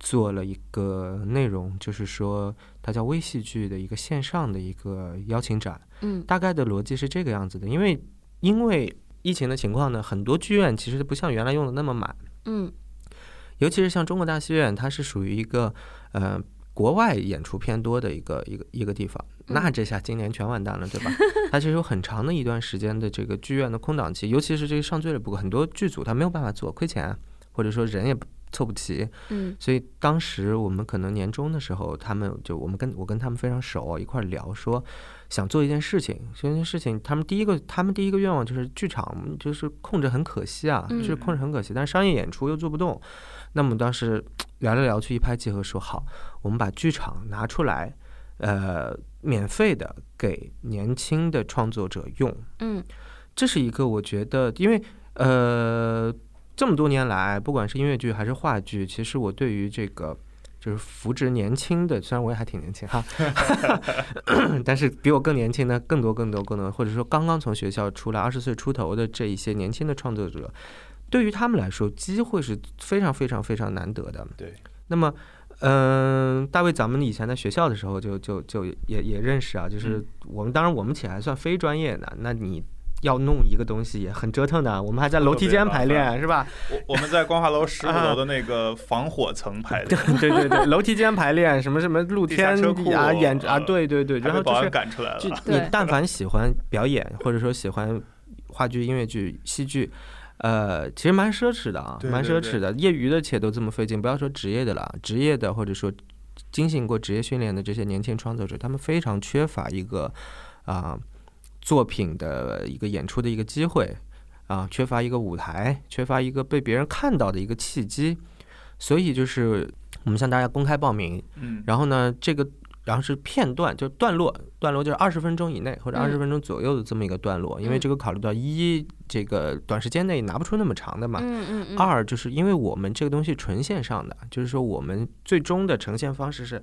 S4: 做了一个内容，就是说它叫微戏剧的一个线上的一个邀请展，
S2: 嗯
S4: 大概的逻辑是这个样子的，因为因为疫情的情况呢，很多剧院其实不像原来用的那么满。
S2: 嗯
S4: 尤其是像中国大戏院，它是属于一个呃国外演出偏多的一个一个一个地方。那这下今年全完蛋了，对吧？ 它其实有很长的一段时间的这个剧院的空档期，尤其是这个上罪了，不过很多剧组它没有办法做，亏钱，啊或者说人也不凑不齐，
S2: 嗯
S4: 所以当时我们可能年终的时候，他们就我们跟我跟他们非常熟，一块儿聊说想做一件事情，做一件事情，他们第一个他们第一个愿望就是剧场就是空着很可惜啊，
S2: 嗯
S4: 就是空着很可惜，但是商业演出又做不动，那么当时聊来聊去一拍即合说好，我们把剧场拿出来，呃，免费的给年轻的创作者用，
S2: 嗯
S4: 这是一个我觉得，因为呃，这么多年来，不管是音乐剧还是话剧，其实我对于这个就是扶植年轻的，虽然我也还挺年 轻哈， 但是比我更年轻的更多更多更多，或者说刚刚从学校出来二十岁出头的这一些年轻的创作者，对于他们来说，机会是非常非常非常难得的。
S3: 对，
S4: 那么，嗯、大卫，咱们以前在学校的时候就就就也也认识啊，就是
S3: 嗯
S4: 我们当然我们且还算非专业的，那你要弄一个东西也很折腾的，啊我们还在楼梯间排
S3: 特别麻啊
S4: 练是吧？
S3: 我我们在光华楼十五楼的那个防火层排练，
S4: 对对对，楼梯间排练什么什么露
S3: 地下
S4: 天
S3: 车库
S4: 啊演啊，
S3: 呃
S4: 对对对，
S3: 还
S4: 然
S3: 被
S4: 后
S3: 保
S4: 就
S3: 安
S4: 是
S3: 赶出来了
S4: 就。
S2: 对
S4: 你但凡喜欢表演，或者说喜欢话剧、音乐剧、戏剧，呃，其实蛮奢侈的啊，
S3: 对
S4: 蛮
S3: 对
S4: 奢侈的。业余的且都这么费劲，不要说职业的了，职业的或者说进行过职业训练的这些年轻创作者，他们非常缺乏一个啊、作品的一个演出的一个机会啊、缺乏一个舞台，缺乏一个被别人看到的一个契机，所以就是我们向大家公开报名，
S3: 嗯，
S4: 然后呢，这个然后是片段，就是段落，段落就是二十分钟以内或者
S2: 嗯
S4: 二十分钟左右的这么一个段落，因为
S2: 嗯
S4: 这个考虑到一这个短时间内拿不出那么长的嘛。
S2: 嗯嗯嗯，
S4: 二就是因为我们这个东西纯线上的，就是说我们最终的呈现方式是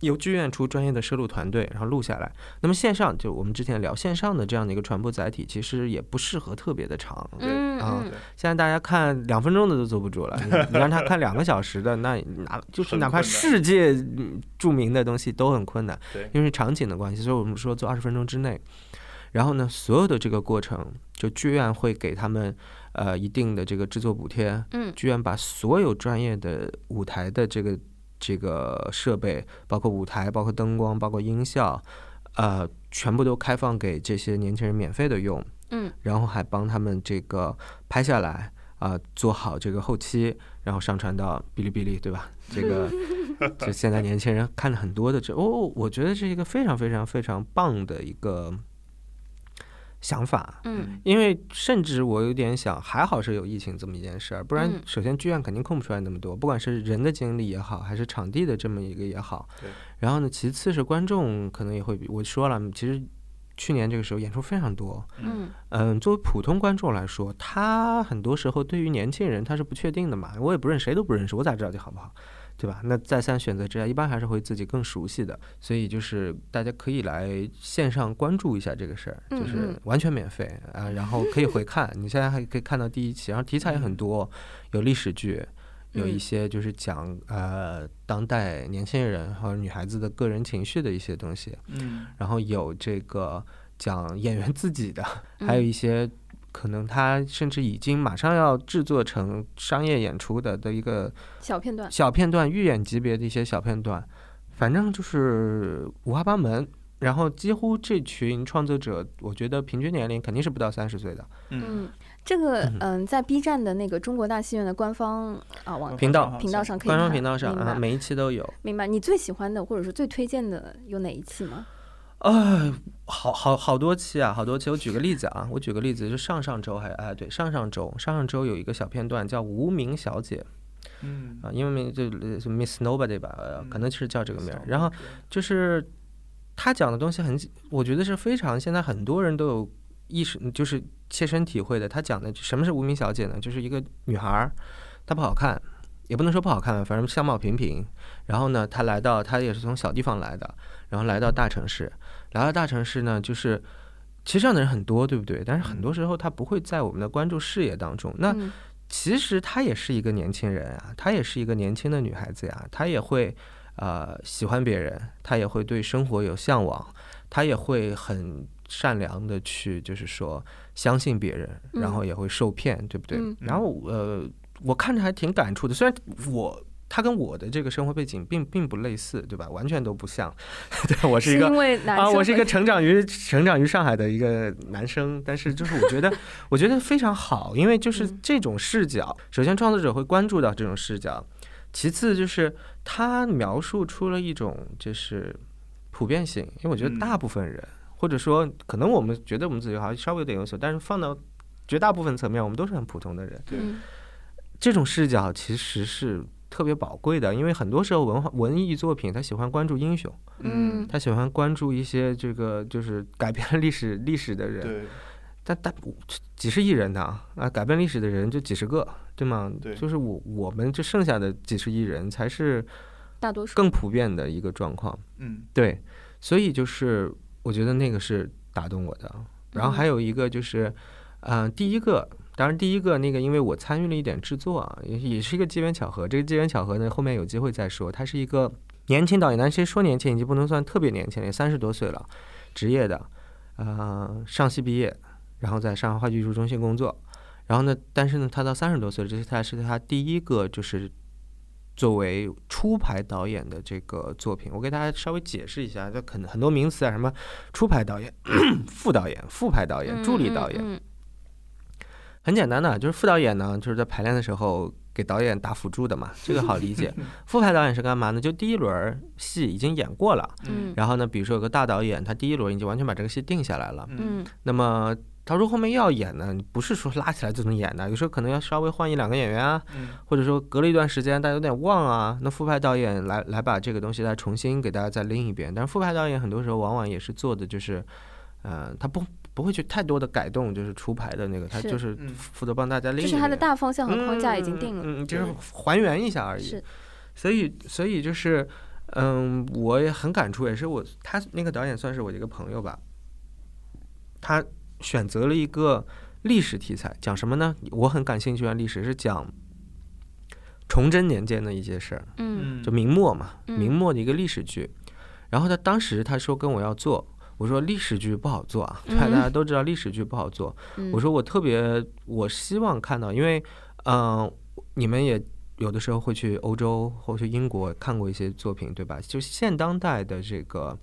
S4: 由剧院出专业的摄录团队，然后录下来。那么线上就我们之前聊线上的这样的一个传播载体，其实也不适合特别的长。
S3: 对
S2: 嗯
S4: 啊
S2: 嗯
S4: 现在大家看两分钟的都坐不住 了，你你让他看两个小时的，那 哪就是
S3: 很
S4: 哪怕
S3: 困难
S4: 世界嗯著名的东西都很困难，
S3: 对
S4: 因为场景的关系，所以我们说做二十分钟之内。然后呢，所有的这个过程，就剧院会给他们呃一定的这个制作补贴，
S2: 嗯
S4: 剧院把所有专业的舞台的这个这个设备，包括舞台、包括灯光、包括音效，呃，全部都开放给这些年轻人免费的用。
S2: 嗯，
S4: 然后还帮他们这个拍下来啊、做好这个后期，然后上传到哔哩哔哩，对吧？这个就现在年轻人看了很多的这哦，我觉得这是一个非常非常非常棒的一个想法。
S2: 嗯
S4: 因为甚至我有点想，还好是有疫情这么一件事儿，不然
S2: 嗯
S4: 首先剧院肯定空不出来那么多，不管是人的精力也好，还是场地的这么一个也好
S3: 对。
S4: 然后呢，其次是观众可能也会比，我说了，其实去年这个时候演出非常多。
S2: 嗯
S4: 嗯，作为普通观众来说，他很多时候对于年轻人他是不确定的嘛，我也不认识谁都不认识，我咋知道这好不好？对吧？那再三选择之下，一般还是会自己更熟悉的，所以就是大家可以来线上关注一下这个事儿，
S2: 嗯
S4: 就是
S2: 嗯
S4: 完全免费啊，然后可以回看，你现在还可以看到第一期，然后题材也很多，有历史剧，有一
S2: 嗯
S4: 些就是讲呃当代年轻人和女孩子的个人情绪的一些东西，
S3: 嗯，
S4: 然后有这个讲演员自己的，
S2: 嗯
S4: 还有一些可能他甚至已经马上要制作成商业演出的的一个
S2: 小片段，
S4: 小片段、预演级别的一些小片段，反正就是五花八门。然后几乎这群创作者，我觉得平均年龄肯定是不到三十岁的。
S3: 嗯，
S2: 嗯，这个
S4: 嗯
S2: 嗯，在 B 站的那个中国大戏院的官方啊网
S4: 嗯频道
S2: 频道上可以
S4: 官方
S2: 看
S4: 频道上
S2: 明
S4: 啊，
S2: 白
S4: 每一期都有。
S2: 明白，你最喜欢的或者说最推荐的有哪一期吗？
S4: 啊，好好好多期啊，好多期。我举个例子啊，我举个例子，就上上周还哎对，上上周上上周有一个小片段叫《无名小姐》
S3: 嗯，
S4: 啊，英文名就呃是 Miss Nobody 吧，呃，
S3: 嗯
S4: 可能是叫这个名儿。然后就是他讲的东西很，我觉得是非常现在很多人都有意识，就是切身体会的。他讲的什么是无名小姐呢？就是一个女孩儿，她不好看，也不能说不好看吧，反正相貌平平。然后呢，她来到，她也是从小地方来的，然后来到大城市，来到大城市呢，就是。其实这样的人很多，对不对？但是很多时候他不会在我们的关注视野当中。那
S2: 嗯
S4: 其实她也是一个年轻人啊，她也是一个年轻的女孩子呀、她也会呃喜欢别人，她也会对生活有向往，她也会很善良的去就是说相信别人，
S2: 嗯
S4: 然后也会受骗，对不对？
S2: 嗯
S4: 然后呃，我看着还挺感触的，虽然我。她跟我的这个生活背景并并不类似，对吧？完全都不像。 对我是一个
S2: 因为男
S4: 啊，
S2: 生
S4: 我是一
S2: 会
S4: 个成长于成长于上海的一个男生，但是就是我觉得，我觉得非常好，因为就是
S2: 嗯
S4: 这种视角，首先创作者会关注到这种视角，其次就是他描述出了一种就是普遍性，因为我觉得
S3: 嗯
S4: 大部分人、或者说可能我们觉得我们自己好像稍微有点优秀，但是放到绝大部分层面，我们都是很普通的人。
S2: 嗯
S4: 这种视角其实是特别宝贵的，因为很多时候文化文艺作品他喜欢关注英雄。
S2: 嗯
S4: 他喜欢关注一些这个就是改变了历史历史的人，
S3: 对，
S4: 但但几十亿人呢啊，改变历史的人就几十个，对吗？
S3: 对
S4: 就是我我们这剩下的几十亿人才是
S2: 大多数
S4: 更普遍的一个状况，
S3: 嗯，
S4: 对，所以就是我觉得那个是打动我的。然后还有一个就是，嗯、第一个当然，第一个那个，因为我参与了一点制作啊，也也是一个机缘巧合。这个机缘巧合呢，后面有机会再说。他是一个年轻导演，但其实说年轻已经不能算特别年轻了，也三十多岁了，职业的，呃，上戏毕业，然后在上海话剧艺术中心工作。然后呢，但是呢，他到三十多岁，这是他是他第一个就是作为出牌导演的这个作品。我给大家稍微解释一下，就很很多名词啊，什么出牌导演、 副导演、副牌导演、助理导演。
S2: 嗯嗯
S4: 很简单的，就是副导演呢，就是在排练的时候给导演打辅助的嘛，这个好理解。 副排导演是干嘛呢？就第一轮戏已经演过了，
S2: 嗯
S4: 然后呢，比如说有个大导演，他第一轮已经完全把这个戏定下来了，
S2: 嗯
S4: 那么。他说后面要演呢，不是说拉起来就能演的，有时候可能要稍微换一两个演员啊，
S3: 嗯
S4: 或者说隔了一段时间大家有点忘啊，那副排导演来来把这个东西再重新给大家再拎一遍。但是副排导演很多时候往往也是做的就是，呃，他不不会去太多的改动，就是出牌的那个，他
S2: 是
S4: 就是
S3: 嗯
S4: 负责帮大家拎一
S2: 就
S4: 遍。
S2: 是它的大方向和框架已经定了。
S4: 嗯，嗯嗯就是还原一下而已
S2: 是。，
S4: 所以，所以就是，嗯，我也很感触，也是我他那个导演算是我的一个朋友吧，他选择了一个历史题材，讲什么呢？我很感兴趣的历史是讲崇祯年间的一些事儿，
S2: 嗯
S4: 就明末嘛，
S2: 嗯
S4: 明末的一个历史剧。然后他当时他说跟我要做，我说历史剧不好做啊，对吧？
S2: 嗯
S4: 大家都知道历史剧不好做。
S2: 嗯
S4: 我说我特别我希望看到，因为嗯、呃你们也有的时候会去欧洲或去英国看过一些作品，对吧？就是现当代的这个。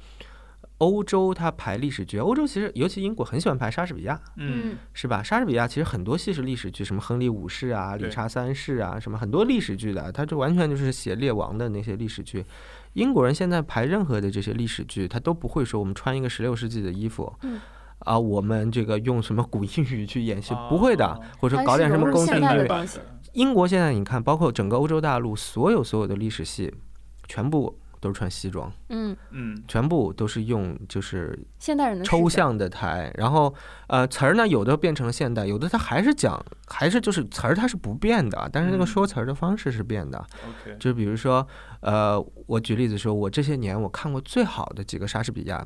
S4: 欧洲它排历史剧，欧洲其实尤其英国很喜欢排莎士比亚，
S3: 嗯
S4: 是吧？莎士比亚其实很多戏是历史剧，什么《亨利五世》啊，《理
S3: 对
S4: 查三世》啊，什么很多历史剧的，它就完全就是写列王的那些历史剧。英国人现在排任何的这些历史剧，他都不会说我们穿一个十六世纪的衣服，
S2: 嗯
S4: 啊，我们这个用什么古英语去演戏，
S3: 哦
S4: 不会的，或者说搞点什么
S2: 它是融入
S4: 宫廷
S2: 现代的。
S4: 剧
S2: 东西，
S4: 英国现在你看，包括整个欧洲大陆所有所有的历史戏，全部都是穿西装，
S2: 嗯，
S3: 嗯
S4: 全部都是用就是
S2: 现代人的视
S4: 抽
S2: 角，
S4: 象的台，然后呃词儿呢，有的变成了现代，有的它还是讲，还是就是词儿它是不变的，但是那个
S3: 嗯
S4: 说词儿的方式是变的。
S3: ，OK，
S4: 就比如说，呃，我举例子说，我这些年我看过最好的几个莎士比亚，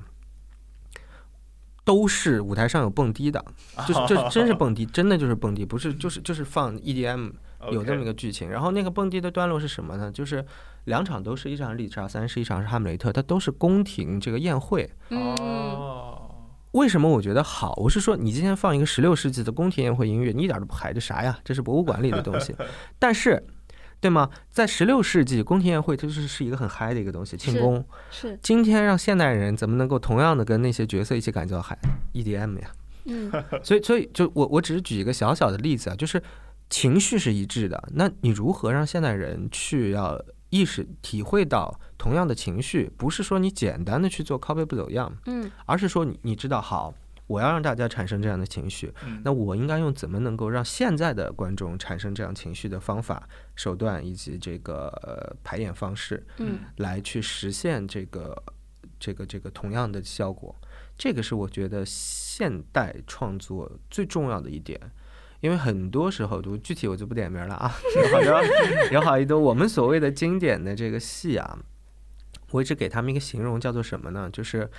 S4: 都是舞台上有蹦迪的，就是这真是蹦迪，真的就是蹦迪，不是就是就是放 EDM 有这么一
S3: 个，
S4: 个剧情。然后那个蹦迪的段落是什么呢？就是两场都是一场是理查三世，一场是哈姆雷特，它都是宫廷这个宴会。
S2: 嗯，
S3: 哦，
S4: 为什么我觉得好？我是说，你今天放一个十六世纪的宫廷宴会音乐，你一点都不嗨，这啥呀？这是博物馆里的东西。 但是，对吗？在十六世纪，宫廷宴会它就是是一个很嗨的一个东西，庆
S2: 是
S4: 功。
S2: 嗯是，
S4: 今天让现代人怎么能够同样的跟那些角色一起感觉到嗨？EDM 呀。
S2: 嗯，
S4: 所以，所以就我我只是举一个小小的例子啊，就是情绪是一致的，那你如何让现代人去要意识体会到同样的情绪？不是说你简单的去做 copy 不走样。
S2: 嗯，
S4: 而是说你你知道好，我要让大家产生这样的情绪，
S3: 嗯
S4: 那我应该用怎么能够让现在的观众产生这样情绪的方法、手段以及这个呃排演方式，
S2: 嗯，
S4: 来去实现这个这个这个同样的效果。这个是我觉得现代创作最重要的一点。因为很多时候，就具体我就不点名了啊，有好多 有好一多我们所谓的经典的这个戏啊，我一直给他们一个形容叫做什么呢？就是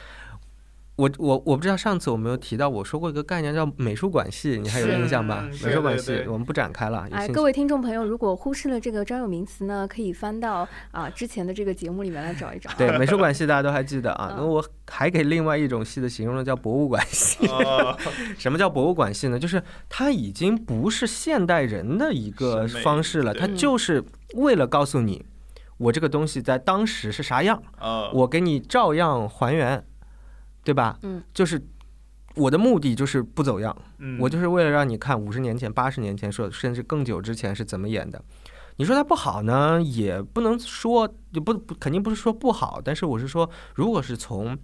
S4: 我我我不知道上次我没有提到，我说过一个概念叫美术馆戏，你还有
S3: 是
S4: 印象吧？
S3: 嗯
S4: 美术馆戏
S3: 对对对
S4: 我们不展开啊了，有
S2: 哎，
S4: 兴
S2: 各
S4: 趣。
S2: 位听众朋友，如果忽视了这个专有名词呢，可以翻到啊、之前的这个节目里面来找一找。啊
S4: 对，美术馆戏大家都还记得啊。
S2: 嗯
S4: 那我还给另外一种戏的形容呢，叫博物馆 戏。
S3: 哦
S4: 什么叫博物馆戏呢？就是它已经不是现代人的一个
S3: 审美
S4: 方式了，它
S2: 对
S4: 就是为了告诉你，我这个东西在当时是啥样，
S3: 哦，
S4: 我给你照样还原，对吧？
S2: 嗯，
S4: 就是我的目的就是不走样，
S3: 嗯
S4: 我就是为了让你看五十年前、八十年前，说甚至更久之前是怎么演的。你说它不好呢，也不能说也不不肯定不是说不好，但是我是说，如果是从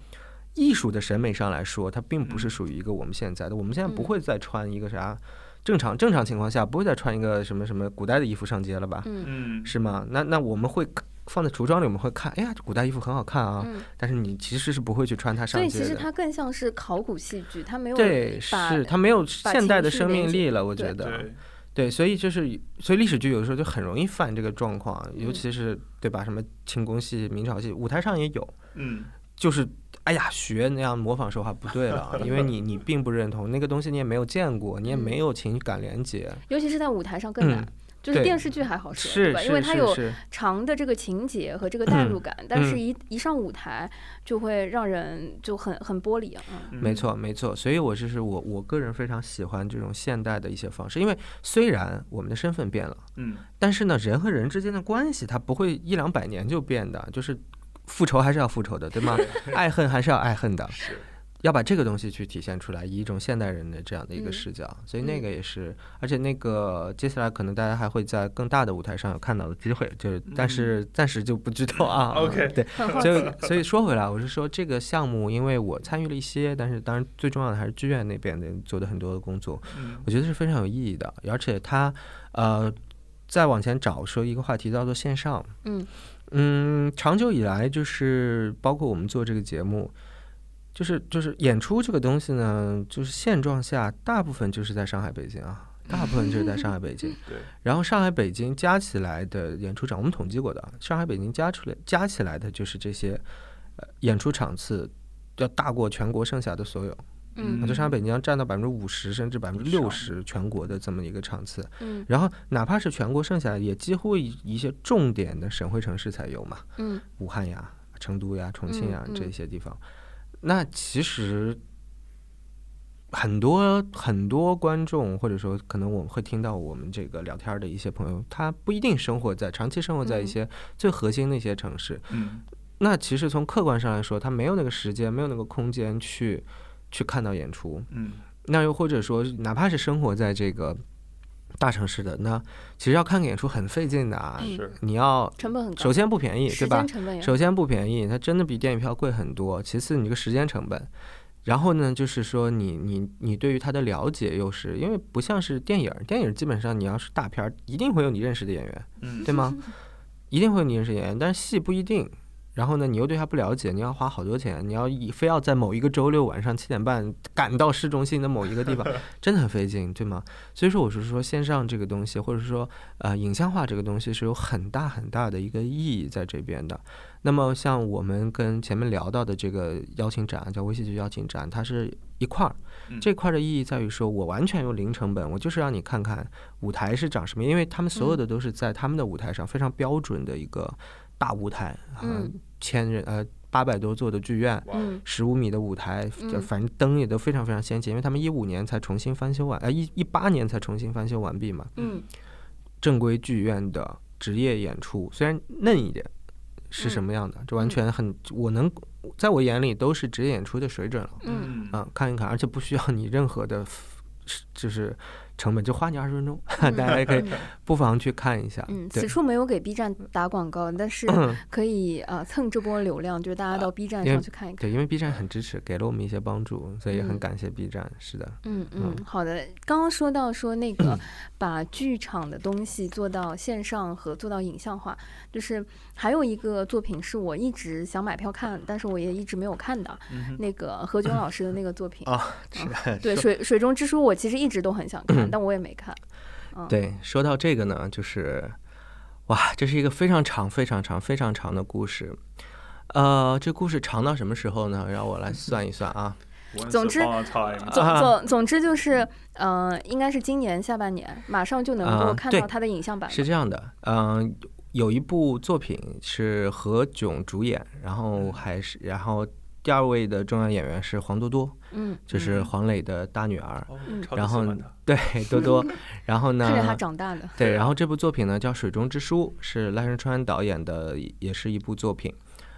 S4: 艺术的审美上来说，它并不是
S3: 嗯
S4: 属于一个我们现在的，我们现在不
S2: 嗯
S4: 会再穿一个啥。正常正常情况下不会再穿一个什么什么古代的衣服上街了吧？
S2: 嗯
S3: 嗯
S4: 是吗？那那我们会放在橱窗里，我们会看，哎呀，这古代衣服很好看啊。
S2: 嗯，
S4: 但是你其实是不会去穿它上
S2: 所以
S4: 街
S2: 其
S4: 的。
S2: 实它更像是考古戏剧，它没有
S4: 对，
S2: 把
S4: 是它没有现代的生命力了，我
S2: 情
S4: 觉
S2: 绪
S4: 得。
S3: 对，
S4: 对，所以就是，所以历史剧有的时候就很容易犯这个状
S2: 嗯
S4: 况，尤其是对吧？什么清宫戏、明朝戏，舞台上也有，
S3: 嗯
S4: 就是哎呀，学那样模仿说话不对 了，因为你你并不认同那个东西，你也没有见过，
S2: 嗯
S4: 你也没有情感连接。
S2: 尤其是在舞台上更难。
S4: 嗯
S2: 就是
S4: 对
S2: 电视剧还好说，对
S4: 是
S2: 吧？
S4: 是
S2: 因为它
S4: 是
S2: 有
S4: 是
S2: 长的这个情节和这个
S4: 嗯
S2: 代入感，但是一一上舞台就会让人就很很玻璃啊。嗯
S4: 没错，没错。所以我就是我我个人非常喜欢这种现代的一些方式，因为虽然我们的身份变了，
S3: 嗯，
S4: 但是呢，人和人之间的关系它不会一两百年就变的，就是复仇还是要复仇的，对吗？爱恨还是要爱恨的。
S3: 是
S4: 要把这个东西去体现出来，以一种现代人的这样的一个视角，所以那个也是，而且那个接下来可能大家还会在更大的舞台上有看到的机会，就是但是暂时就不知道啊。
S3: OK
S4: 对，所以所以说回来，我是说这个项目，因为我参与了一些，但是当然最重要的还是剧院那边的做的很多的工作，
S3: 嗯
S4: 我觉得是非常有意义的，而且它呃再往前找说一个话题叫做线上，
S2: 嗯
S4: 嗯，长久以来就是包括我们做这个节目，就是就是演出这个东西呢，就是现状下大部分就是在上海、北京啊，大部分就是在上海、北京。
S3: 对，
S4: 然后上海、北京加起来的演出场，我们统计过的啊，上海、北京加出来加起来的就是这些呃演出场次。要大过全国剩下的所有，
S2: 嗯
S3: 嗯
S4: 就上海、北京要占到百分之五十甚至百分之六
S3: 少
S4: 十全国的这么一个场次，
S2: 嗯
S4: 然后哪怕是全国剩下的，也几乎一一些重点的省会城市才有嘛。
S2: 嗯
S4: 武汉呀、成都呀、重庆呀、
S2: 嗯嗯
S4: 这些地方。那其实很多很多观众，或者说可能我们会听到我们这个聊天儿的一些朋友，他不一定生活在长期生活在一
S2: 嗯
S4: 些最核心的一些城市。
S3: 嗯
S4: 那其实从客观上来说，他没有那个时间，没有那个空间去去看到演出。
S3: 嗯
S4: 那又或者说，哪怕是生活在这个大城市的，那其实要看个演出很费劲的啊。
S2: 嗯
S3: 是
S4: 你要
S2: 成本很高
S4: 首，先不便宜，对
S2: 时
S4: 吧
S2: 间？成本也
S4: 首先不便宜，它真的比电影票贵很多。其次，你这个时间成本，然后呢，就是说你你你对于它的了解又是因为不像是电影儿，电影儿基本上你要是大片儿，一定会有你认识的演员，
S3: 嗯
S4: 对吗？ 一定会有你认识的演员，但是戏不一定。然后呢，你又对它不了解，你要花好多钱，你要以非要在某一个周六晚上七点半赶到市中心的某一个地 方，真的很费劲，对吗？所以说，我是说线上这个东西，或者说呃影像化这个东西是有很大很大的一个意义在这边的。那么像我们跟前面聊到的这个邀请展，叫微戏剧邀请展，它是一块儿
S3: 嗯，
S4: 这块儿的意义在于说，我完全用零成本，我就是让你看看舞台是长什么样，因为他们
S2: 嗯
S4: 所有的都是在他们的舞台上非常标准的一个大舞台，啊
S2: 嗯，
S4: 千人呃八百多座的剧院，
S3: 哇
S2: 嗯
S4: 十五米的舞台，就
S2: 嗯
S4: 反正灯也都非常非常先进，因为他们一五年才重新翻修完，呃一一八年才重新翻修完毕嘛，
S2: 嗯
S4: 正规剧院的职业演出，虽然嫩一点，是
S2: 嗯
S4: 什么样的？这完全很，我能在我眼里都是职业演出的水准了。
S2: 嗯
S3: 嗯
S4: 啊，看一看，而且不需要你任何的，就是成本，就花你二十分钟， 大家也可以
S2: 嗯
S4: 不妨去看一下。
S2: 嗯，此
S4: 对，嗯
S2: 处没有给 B 站打广告，但是可以呃蹭这波流量，就是大家到 B 站
S4: 因
S2: 上
S4: 为
S2: 去看一看。
S4: 对，因为 B 站很支持，给了我们一些帮助，所以也
S2: 嗯
S4: 很感谢 B 站。是的，。
S2: 嗯嗯，好的。刚刚说到说那个把剧场的东西做到线上和做到影像化，就是还有一个作品是我一直想买票看，但是我也一直没有看的，那个何炅老师的那个作品
S4: 啊，是
S3: 嗯
S4: 的
S2: 对，水水中之书，我其实一直都很想 看，但我也没看。嗯
S4: 对，说到这个呢，就是哇，这是一个非常长、非常长、非常长的故事。呃，这故事长到什么时候呢？让我来算一算 啊。
S3: Once
S2: 总之
S4: 哦
S3: upon a time
S2: 总总总之就是，呃，应该是今年下半年马上就能够
S4: 啊
S2: 看
S4: 对
S2: 到它的影像版了。
S4: 是这样的，嗯、有一部作品是何炅主演，然后
S2: 嗯
S4: 还是然后第二位的重要演员是黄多多，
S2: 嗯，
S4: 就是黄磊的大女儿。
S3: 哦
S2: 嗯
S3: 超级
S4: 然
S3: 喜
S4: 后
S3: 欢的
S4: 对 多多，然后呢？
S2: 看着他长大的。
S4: 对，然后这部作品呢叫《水中之书》，是赖声川导演的，也是一部作品。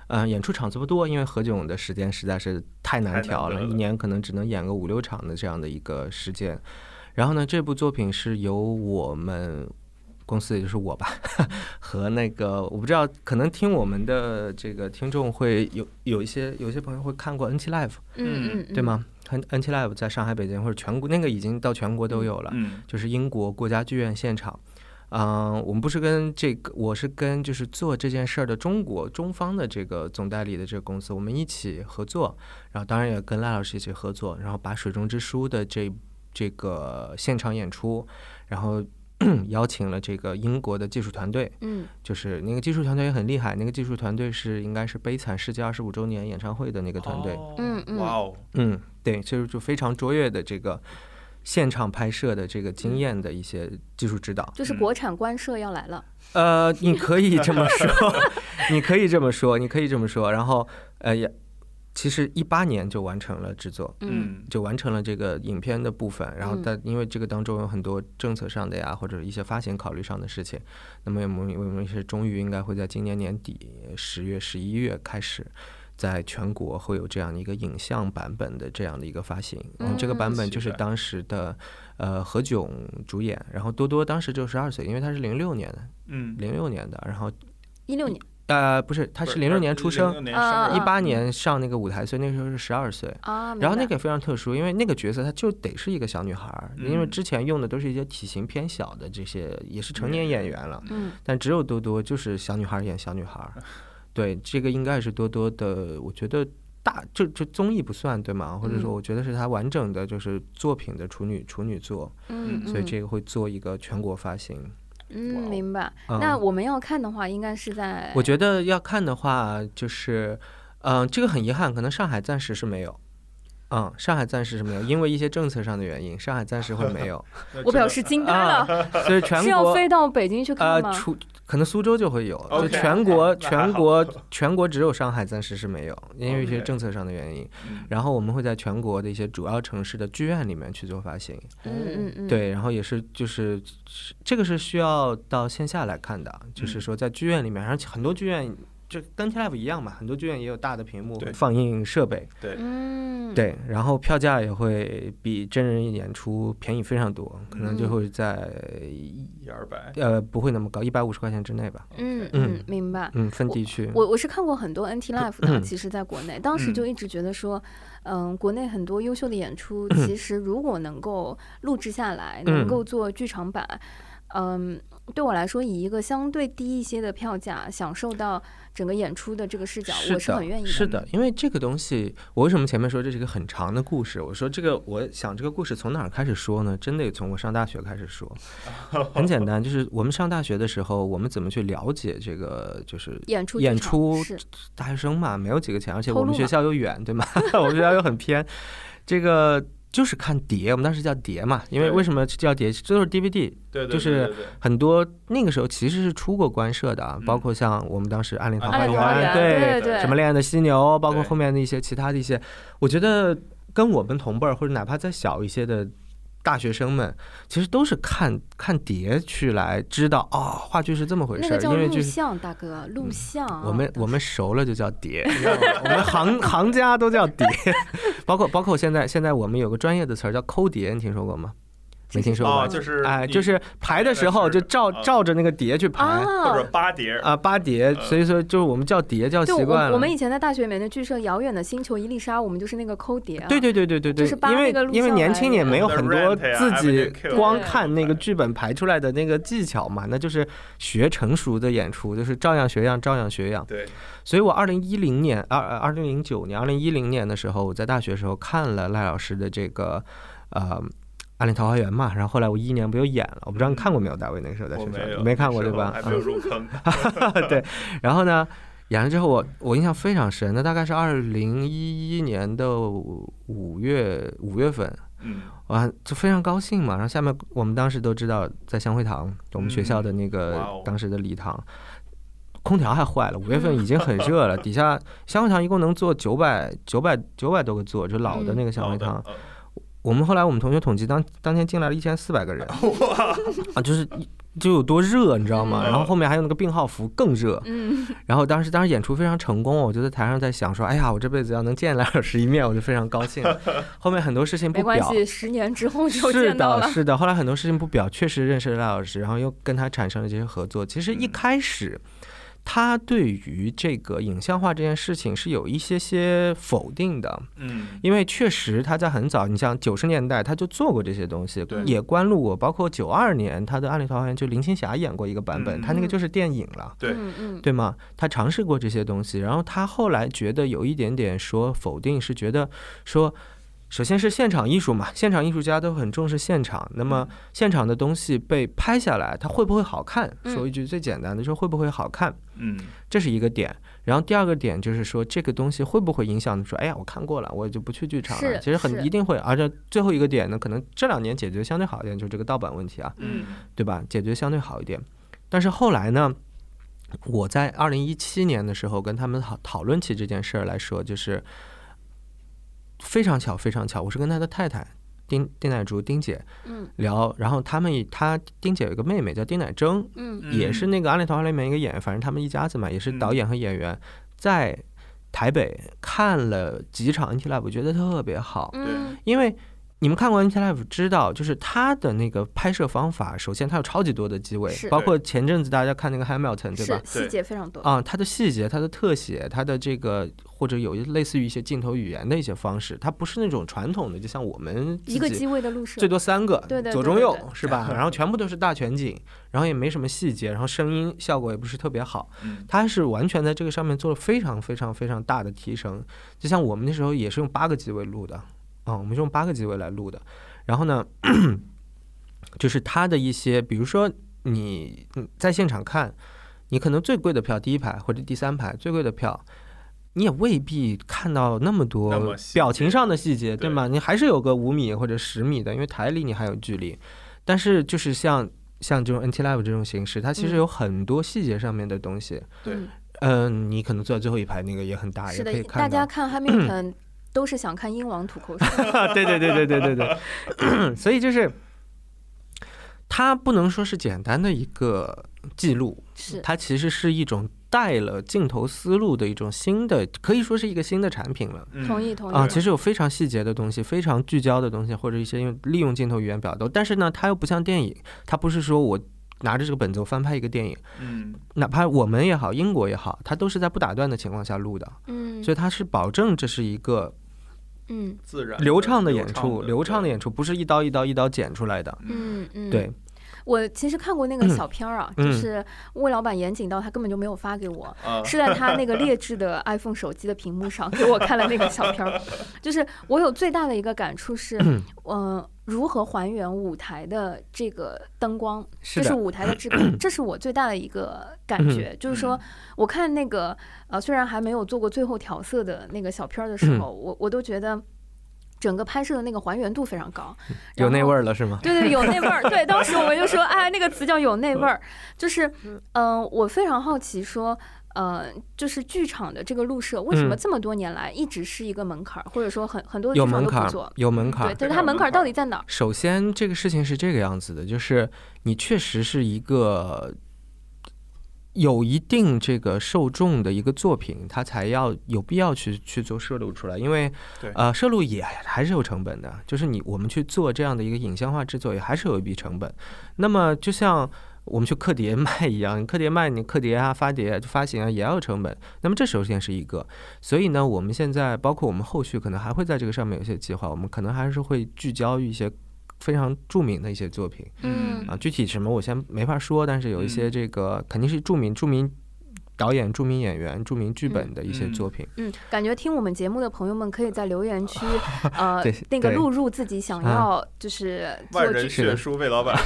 S4: 嗯、演出场次不多，因为何炅的时间实在是太
S3: 太
S4: 难
S3: 难
S4: 调
S3: 得
S4: 了，一
S3: 了
S4: 年可能只能演个五六场的这样的一个时间。然后呢，这部作品是由我们公司，也就是我吧， 和那个我不知道，可能听我们的这个听众会有有一些有一些朋友会看过 NT Live，
S2: 嗯嗯，嗯
S4: 对？吗？N NT Live 在上海、北京或者全国，那个已经到全国都有了。
S3: 嗯
S4: 就是英国国家剧院现场。嗯、我们不是跟这个，我是跟就是做这件事儿的中国中方的这个总代理的这个公司，我们一起合作，然后当然也跟赖老师一起合作，然后把《水中之书》的这这个现场演出，然后 邀请了这个英国的技术团队，
S2: 嗯
S4: 就是那个技术团队也很厉害，那个技术团队是应该是《悲惨世界》二十五周年演唱会的那个团队，
S3: 哦
S2: 嗯嗯
S3: 哇哦，
S4: 嗯，对，就是就非常卓越的这个现场拍摄的这个经验的一些技术指导。
S2: 就是
S3: 嗯
S2: 国产官摄要来了，
S4: 呃，你可以这么 说，你可以这么说，你可以这么说。然后，呃，也其实一八年就完成了制作，
S2: 嗯
S4: 就完成了这个影片的部分。然后
S2: 嗯，
S4: 但因为这个当中有很多政策上的呀，或者一些发行考虑上的事情，那么我们我们是终于应该会在今年年底十月、十一月开始。在全国会有这样的一个影像版本的这样的一个发行，然后这个
S2: 嗯
S4: 版本就是
S3: 期待
S4: 当时的，呃何炅主演，然后多多当时只有十二岁，因为他是零六年的，
S3: 嗯，
S4: 零六年的，然后
S2: 一六年
S4: 呃不是，他是零六年出生，
S3: 一
S2: 啊
S4: 一八年上那个舞台，所以那个时候是十二岁。
S2: 啊，明
S4: 然后那
S2: 白
S4: 个也非常特殊，因为那个角色她就得是一个小女孩儿，因为
S3: 嗯
S4: 之前用的都是一些体型偏小的这些，也是成年演员了，
S2: 嗯
S4: 但只有多多就是小女孩儿演小女孩儿。对，这个应该是多多的，我觉得大就就综艺不算对吗？或者说，
S2: 嗯
S4: 我觉得是她完整的就是作品的处女处女作，
S2: 嗯，
S4: 所以
S2: 嗯
S4: 这个会做一个全国发行。
S2: 嗯
S3: 哇哦
S2: 明白。
S4: 嗯
S2: 那我们要看的话，应该是
S3: 哎
S2: 在
S4: 我觉得要看的话，就是，嗯、这个很遗憾，可能上海暂时是没有。嗯，上海暂时是没有，因为一些政策上的原因，上海暂时会没有，
S2: 我表示惊呆
S4: 啊
S2: 了，
S4: 所以全
S2: 是要
S4: 国
S2: 飞到北京去
S4: 呃
S2: 看吗？
S4: 出可能苏州就会有，就
S3: OK，
S4: 全国
S3: 那还
S4: 全
S3: 好
S4: 国全国只有上海暂时是没有，因为一些
S3: OK
S4: 政策上的原因。
S3: 嗯
S4: 然后我们会在全国的一些主要城市的剧院里面去做发行，
S2: 嗯嗯嗯，，
S4: 对，然后也是就是这个是需要到线下来看的，就是
S3: 嗯
S4: 说在剧院里面，而且很多剧院就跟 t Live 一样嘛，很多剧院也有大的屏幕
S3: 对
S4: 放映设备，
S2: 嗯，
S4: 对，然后票价也会比真人演出便宜非常多，可能就
S2: 嗯
S4: 会在一
S3: 嗯一二百，
S4: 呃不会那么高，一百五十块钱之内吧，
S2: 嗯
S3: OK，
S2: 嗯，明白。
S4: 嗯，分地区，
S2: 我我是看过很多 NT Live 的，其实在国内，当时
S3: 嗯
S2: 就一直觉得说，嗯，国内很多优秀的演出，其实如果能够录制下来，能
S4: 嗯
S2: 够做剧场版，嗯，对我来说，以一个相对低一些的票价，享受到整个演出的这个视角，我是
S4: 的，
S2: 很愿意
S4: 是的，因为这个东西，我为什么前面说这是一个很长的故事？我说这个，我想这个故事从哪儿开始说呢？真得从我上大学开始 说。很简单，就是我们上大学的时候，我们怎么去了解这个，就是
S2: 演出
S4: 演
S2: 剧场
S4: 出
S2: 是
S4: 大学生嘛，没有几个钱，而且
S2: 偷
S4: 我们
S2: 录
S4: 学
S2: 嘛
S4: 校又远，对吗？ 我们学校又很偏，这个就是看碟，我们当时叫碟嘛，因为
S3: 对
S4: 为什么叫碟？这都是 DVD，
S3: 对对，
S4: 就
S3: 对
S4: 是
S3: 对对
S4: 很多那个时候其实是出过官社的啊，包
S3: 嗯
S4: 括像我们当时《暗
S3: 啊
S4: 恋桃
S2: 暗
S4: 花
S2: 恋桃
S4: 源
S2: 花》源对
S4: 对
S2: 对
S4: 什么《恋爱的犀牛》，包括
S3: 对
S4: 后面的一些其他的一些，我觉得跟我们同辈儿或者哪怕再小一些的大学生们，其实都是看看碟去来知道哦，话剧是这么回
S2: 那
S4: 事
S2: 个
S4: 儿，
S2: 叫
S4: 因为
S2: 录
S4: 就是。嗯
S2: 像，大哥，录像啊。
S4: 我们
S2: 当
S4: 我们
S2: 时
S4: 熟了就叫碟，你知道吗我们行行家都叫碟， 包括包括现在现在我们有个专业的词儿叫抠碟，你听说过吗？没听说过
S3: 哦，就是
S4: 哎，
S3: 你
S4: 就是排的时候就照
S3: 啊
S4: 照着那个碟去排
S3: 或
S2: 啊
S3: 者，八碟
S4: 啊，八碟，
S3: 呃
S4: 所以说就是我们叫碟叫
S2: 对，
S4: 习惯
S2: 我
S4: 了
S2: 我。们以前在大学里面的剧社《遥远的星球一粒沙》，我们就是那个抠碟啊。
S4: 对对对对对
S2: 就
S4: 对
S2: 是，扒
S4: 因
S2: 那个
S4: 为
S2: 录
S4: 因为
S2: 像
S4: 年
S2: 来
S4: 轻也没有
S3: 的
S4: 很多
S3: The Rent 呀
S4: 自
S3: Avenue
S4: 己
S3: Q
S4: 光
S2: 对
S4: 看那个剧本排出来的那个技巧嘛，那就是学成熟的演出，就是照样学样，照样学样。
S3: 对，
S4: 所以我二零一零年二二零零九年二零一零年的时候，我在大学时候看了赖老师的这个呃《暗恋桃花源》嘛，然后后来我一年不就演了？我不知道你看过没有，大卫那个时候在
S3: 我
S4: 学校
S3: 没有
S4: 你没看过
S3: 是
S4: 对吧？
S3: 还
S4: 嗯
S3: 没有入 坑，
S4: 然后呢，演了之后我我印象非常深，那大概是二零一一年的五五月五月份，
S3: 嗯，
S4: 哇，就非常高兴嘛。然后下面我们当时都知道，在香晖堂，我们学校的那
S3: 哇
S4: 个
S3: 哦
S4: 当时的礼堂。空调还坏了，五月份已 经很热了。底下香晖堂一共能坐九百九百九百多个座，就老的那个香晖
S3: 好的
S4: 堂。，
S3: 嗯
S4: 我们后来我们同学统计当当天进来了一千四百个人，啊，就是就有多热，你知道吗？
S3: 嗯
S4: 然后后面还有那个病号服更热，
S2: 嗯，
S4: 然后当时当时演出非常成功，我就在台上在想说，哎呀，我这辈子要能见赖老师一面，我就非常高兴 了。后面很多事情
S2: 没
S4: 不
S2: 关
S4: 表，
S2: 系，十年之后就是见到
S4: 的，
S2: 了。
S4: 是的。后来很多事情不表，确实认识了赖老师，然后又跟他产生了这些合作。其实一
S3: 嗯
S4: 开始。他对于这个影像化这件事情是有一些些否定的，
S3: 嗯，
S4: 因为确实他在很早，你像九十年代他就做过这些东西
S3: 对，
S4: 也关注过，包括九二年他的《暗恋桃花源》就林青霞演过一个版本，
S3: 嗯
S4: 他那个就是电影了。
S3: 对
S2: 嗯嗯，
S4: 对吗？他尝试过这些东西，然后他后来觉得有一点点说否定，是觉得说首先是现场艺术嘛，现场艺术家都很重视现场。那么
S2: 嗯
S4: 现场的东西被拍下来，它会不会好看？
S2: 嗯
S4: 说一句最简单的，说会不会好看，
S3: 嗯
S4: 这是一个点。然后第二个点就是说，这个东西会不会影响说，哎呀，我看过了，我就不去剧场
S2: 是
S4: 了。其实
S2: 是
S4: 很一定会。而且最后一个点呢，可能这两年解决相对好一点，就是这个盗版问题啊。
S2: 嗯
S4: 对吧？解决相对好一点。但是后来呢，我在二零一七年的时候跟他们讨讨论起这件事儿来说，就是非常巧，非常巧，我是跟他的太太丁丁乃竺丁姐
S2: 嗯
S4: 聊，然后他们一他丁姐有一个妹妹叫丁乃筝，
S2: 嗯
S4: 也是那个《暗恋桃花》里面一个演员，反正他们一家子嘛，也是导演和演员，在台北看了几场 NT Live，我觉得特别好，
S2: 嗯，
S4: 因为你们看过《NT Life》知道，就是它的那个拍摄方法，首先它有超级多的机位
S2: 是，
S4: 包括前阵子大家看那个《Hamilton》，对吧
S2: 是？细节非常多。
S4: 啊，它的细节、它的特写、它的这个，或者有一类似于一些镜头语言的一些方式，它不是那种传统的，就像我们自
S2: 一个
S4: 己
S2: 机位的路设，
S4: 最多三个，
S2: 对对对
S4: 左中右
S2: 对对
S4: 是 吧？然后全部都是大全景，然后也没什么细节，然后声音效果也不是特别好，
S3: 嗯
S4: 它是完全在这个上面做了非常非常非常大的提升。就像我们那时候也是用八个机位录的，啊、我们是用八个机位来录的。然后呢，就是它的一些，比如说你嗯在现场看，你可能最贵的票第一排或者第三排最贵的票。你也未必看到那么
S3: 那
S4: 多
S3: 么细节
S4: 表情上的细节，
S3: 对
S4: 对吗？你还是有个五米或者十米的，因为台离你还有距离。但是就是像像这种 NT Live 这种形式，它其实
S2: 嗯
S4: 有很多细节上面的东西。
S3: 对
S2: 嗯
S4: 嗯、你可能坐在最后一排那个也很啊大，也
S2: 是
S4: 可以
S2: 的，
S4: 看到。嗯
S2: 大 家 看 Hamilton 都是想看英王吐口水。
S4: 对对对对对对 对，所以就是它不能说是简单的一个记录，
S2: 是，
S4: 它其实是一种带了镜头思路的一种新的，可以说是一个新的产品了。
S3: 嗯
S2: 同意同意。
S4: 啊，其实有非常细节的东西，非常聚焦的东西，或者一些用利用镜头语言表达，但是呢，它又不像电影，它不是说我拿着这个本子我翻拍一个电影，
S3: 嗯
S4: 哪怕我们也好，英国也好，它都是在不打断的情况下录的，
S2: 嗯
S4: 所以它是保证这是一个
S2: 嗯
S3: 自然
S4: 流畅的演出，
S3: 的
S4: 流畅的
S3: 对
S4: 演出，不是一刀一刀一刀剪出来的。
S2: 嗯嗯，
S4: 对，
S2: 我其实看过那个小片 儿啊，
S4: 嗯
S2: 就是魏老板严谨到他根本就没有发给我，
S3: 啊
S2: 嗯是在他 那个劣质的 iPhone 手机的屏幕上给我看了那个小片儿。就是我有最大的一个感触 是，呃，如何还原舞台的这个灯光，
S4: 是
S2: 就是
S4: 的，嗯
S2: 舞台的质 感，这是我最大的一个感觉。就是说，我看那个呃，虽然还没有做过最后调色的那个小片儿的
S4: 嗯
S2: 时候，我我都觉得。整个拍摄的那个还原度非常高，
S4: 有那
S2: 然后
S4: 味儿了是吗？
S2: 对对，有那味 儿。对，当时我们就说，哎，那个词叫有那味儿，就是，嗯、我非常好奇说。呃，就是剧场的这个录摄，为什么
S4: 嗯
S2: 这么多年来一直是一个门槛儿，或者说很很多剧
S4: 有
S2: 场
S4: 门
S2: 都
S4: 槛
S2: 不
S4: 儿
S2: 做，？嗯
S4: 有门槛
S2: 对，
S4: 儿。
S2: 但是
S3: 非
S2: 它
S3: 常
S2: 门
S3: 门
S2: 槛儿
S3: 槛
S2: 到
S3: 儿
S2: 底在哪儿？
S4: 首先，这个事情是这个样子的，就是你确实是一个有一定这个受众的一个作品，它才要有必要去去做摄录出来，因为
S3: 对
S4: 呃，摄录也还是有成本的，就是你我们去做这样的一个影像化制作，也还是有一笔成本。那么就像我们去刻碟卖一样，刻碟卖你刻碟啊、发碟啊、发行啊也要有成本。那么这首先是一个，所以呢，我们现在包括我们后续可能还会在这个上面有一些计划，我们可能还是会聚焦于一些非常著名的一些作品
S2: 嗯
S4: 啊，具体什么我先没法说，但是有一些这个肯定是著名、著名导演、著名演员、著名剧本的一些
S3: 嗯
S4: 作品。
S2: 嗯，感觉听我们节目的朋友们可以在留言 区，呃
S4: 对，
S2: 那个
S4: 对
S2: 录入自己想
S4: 啊
S2: 要就是
S3: 万
S2: 做
S3: 人
S2: 剧，
S4: 是的
S3: 血书魏老板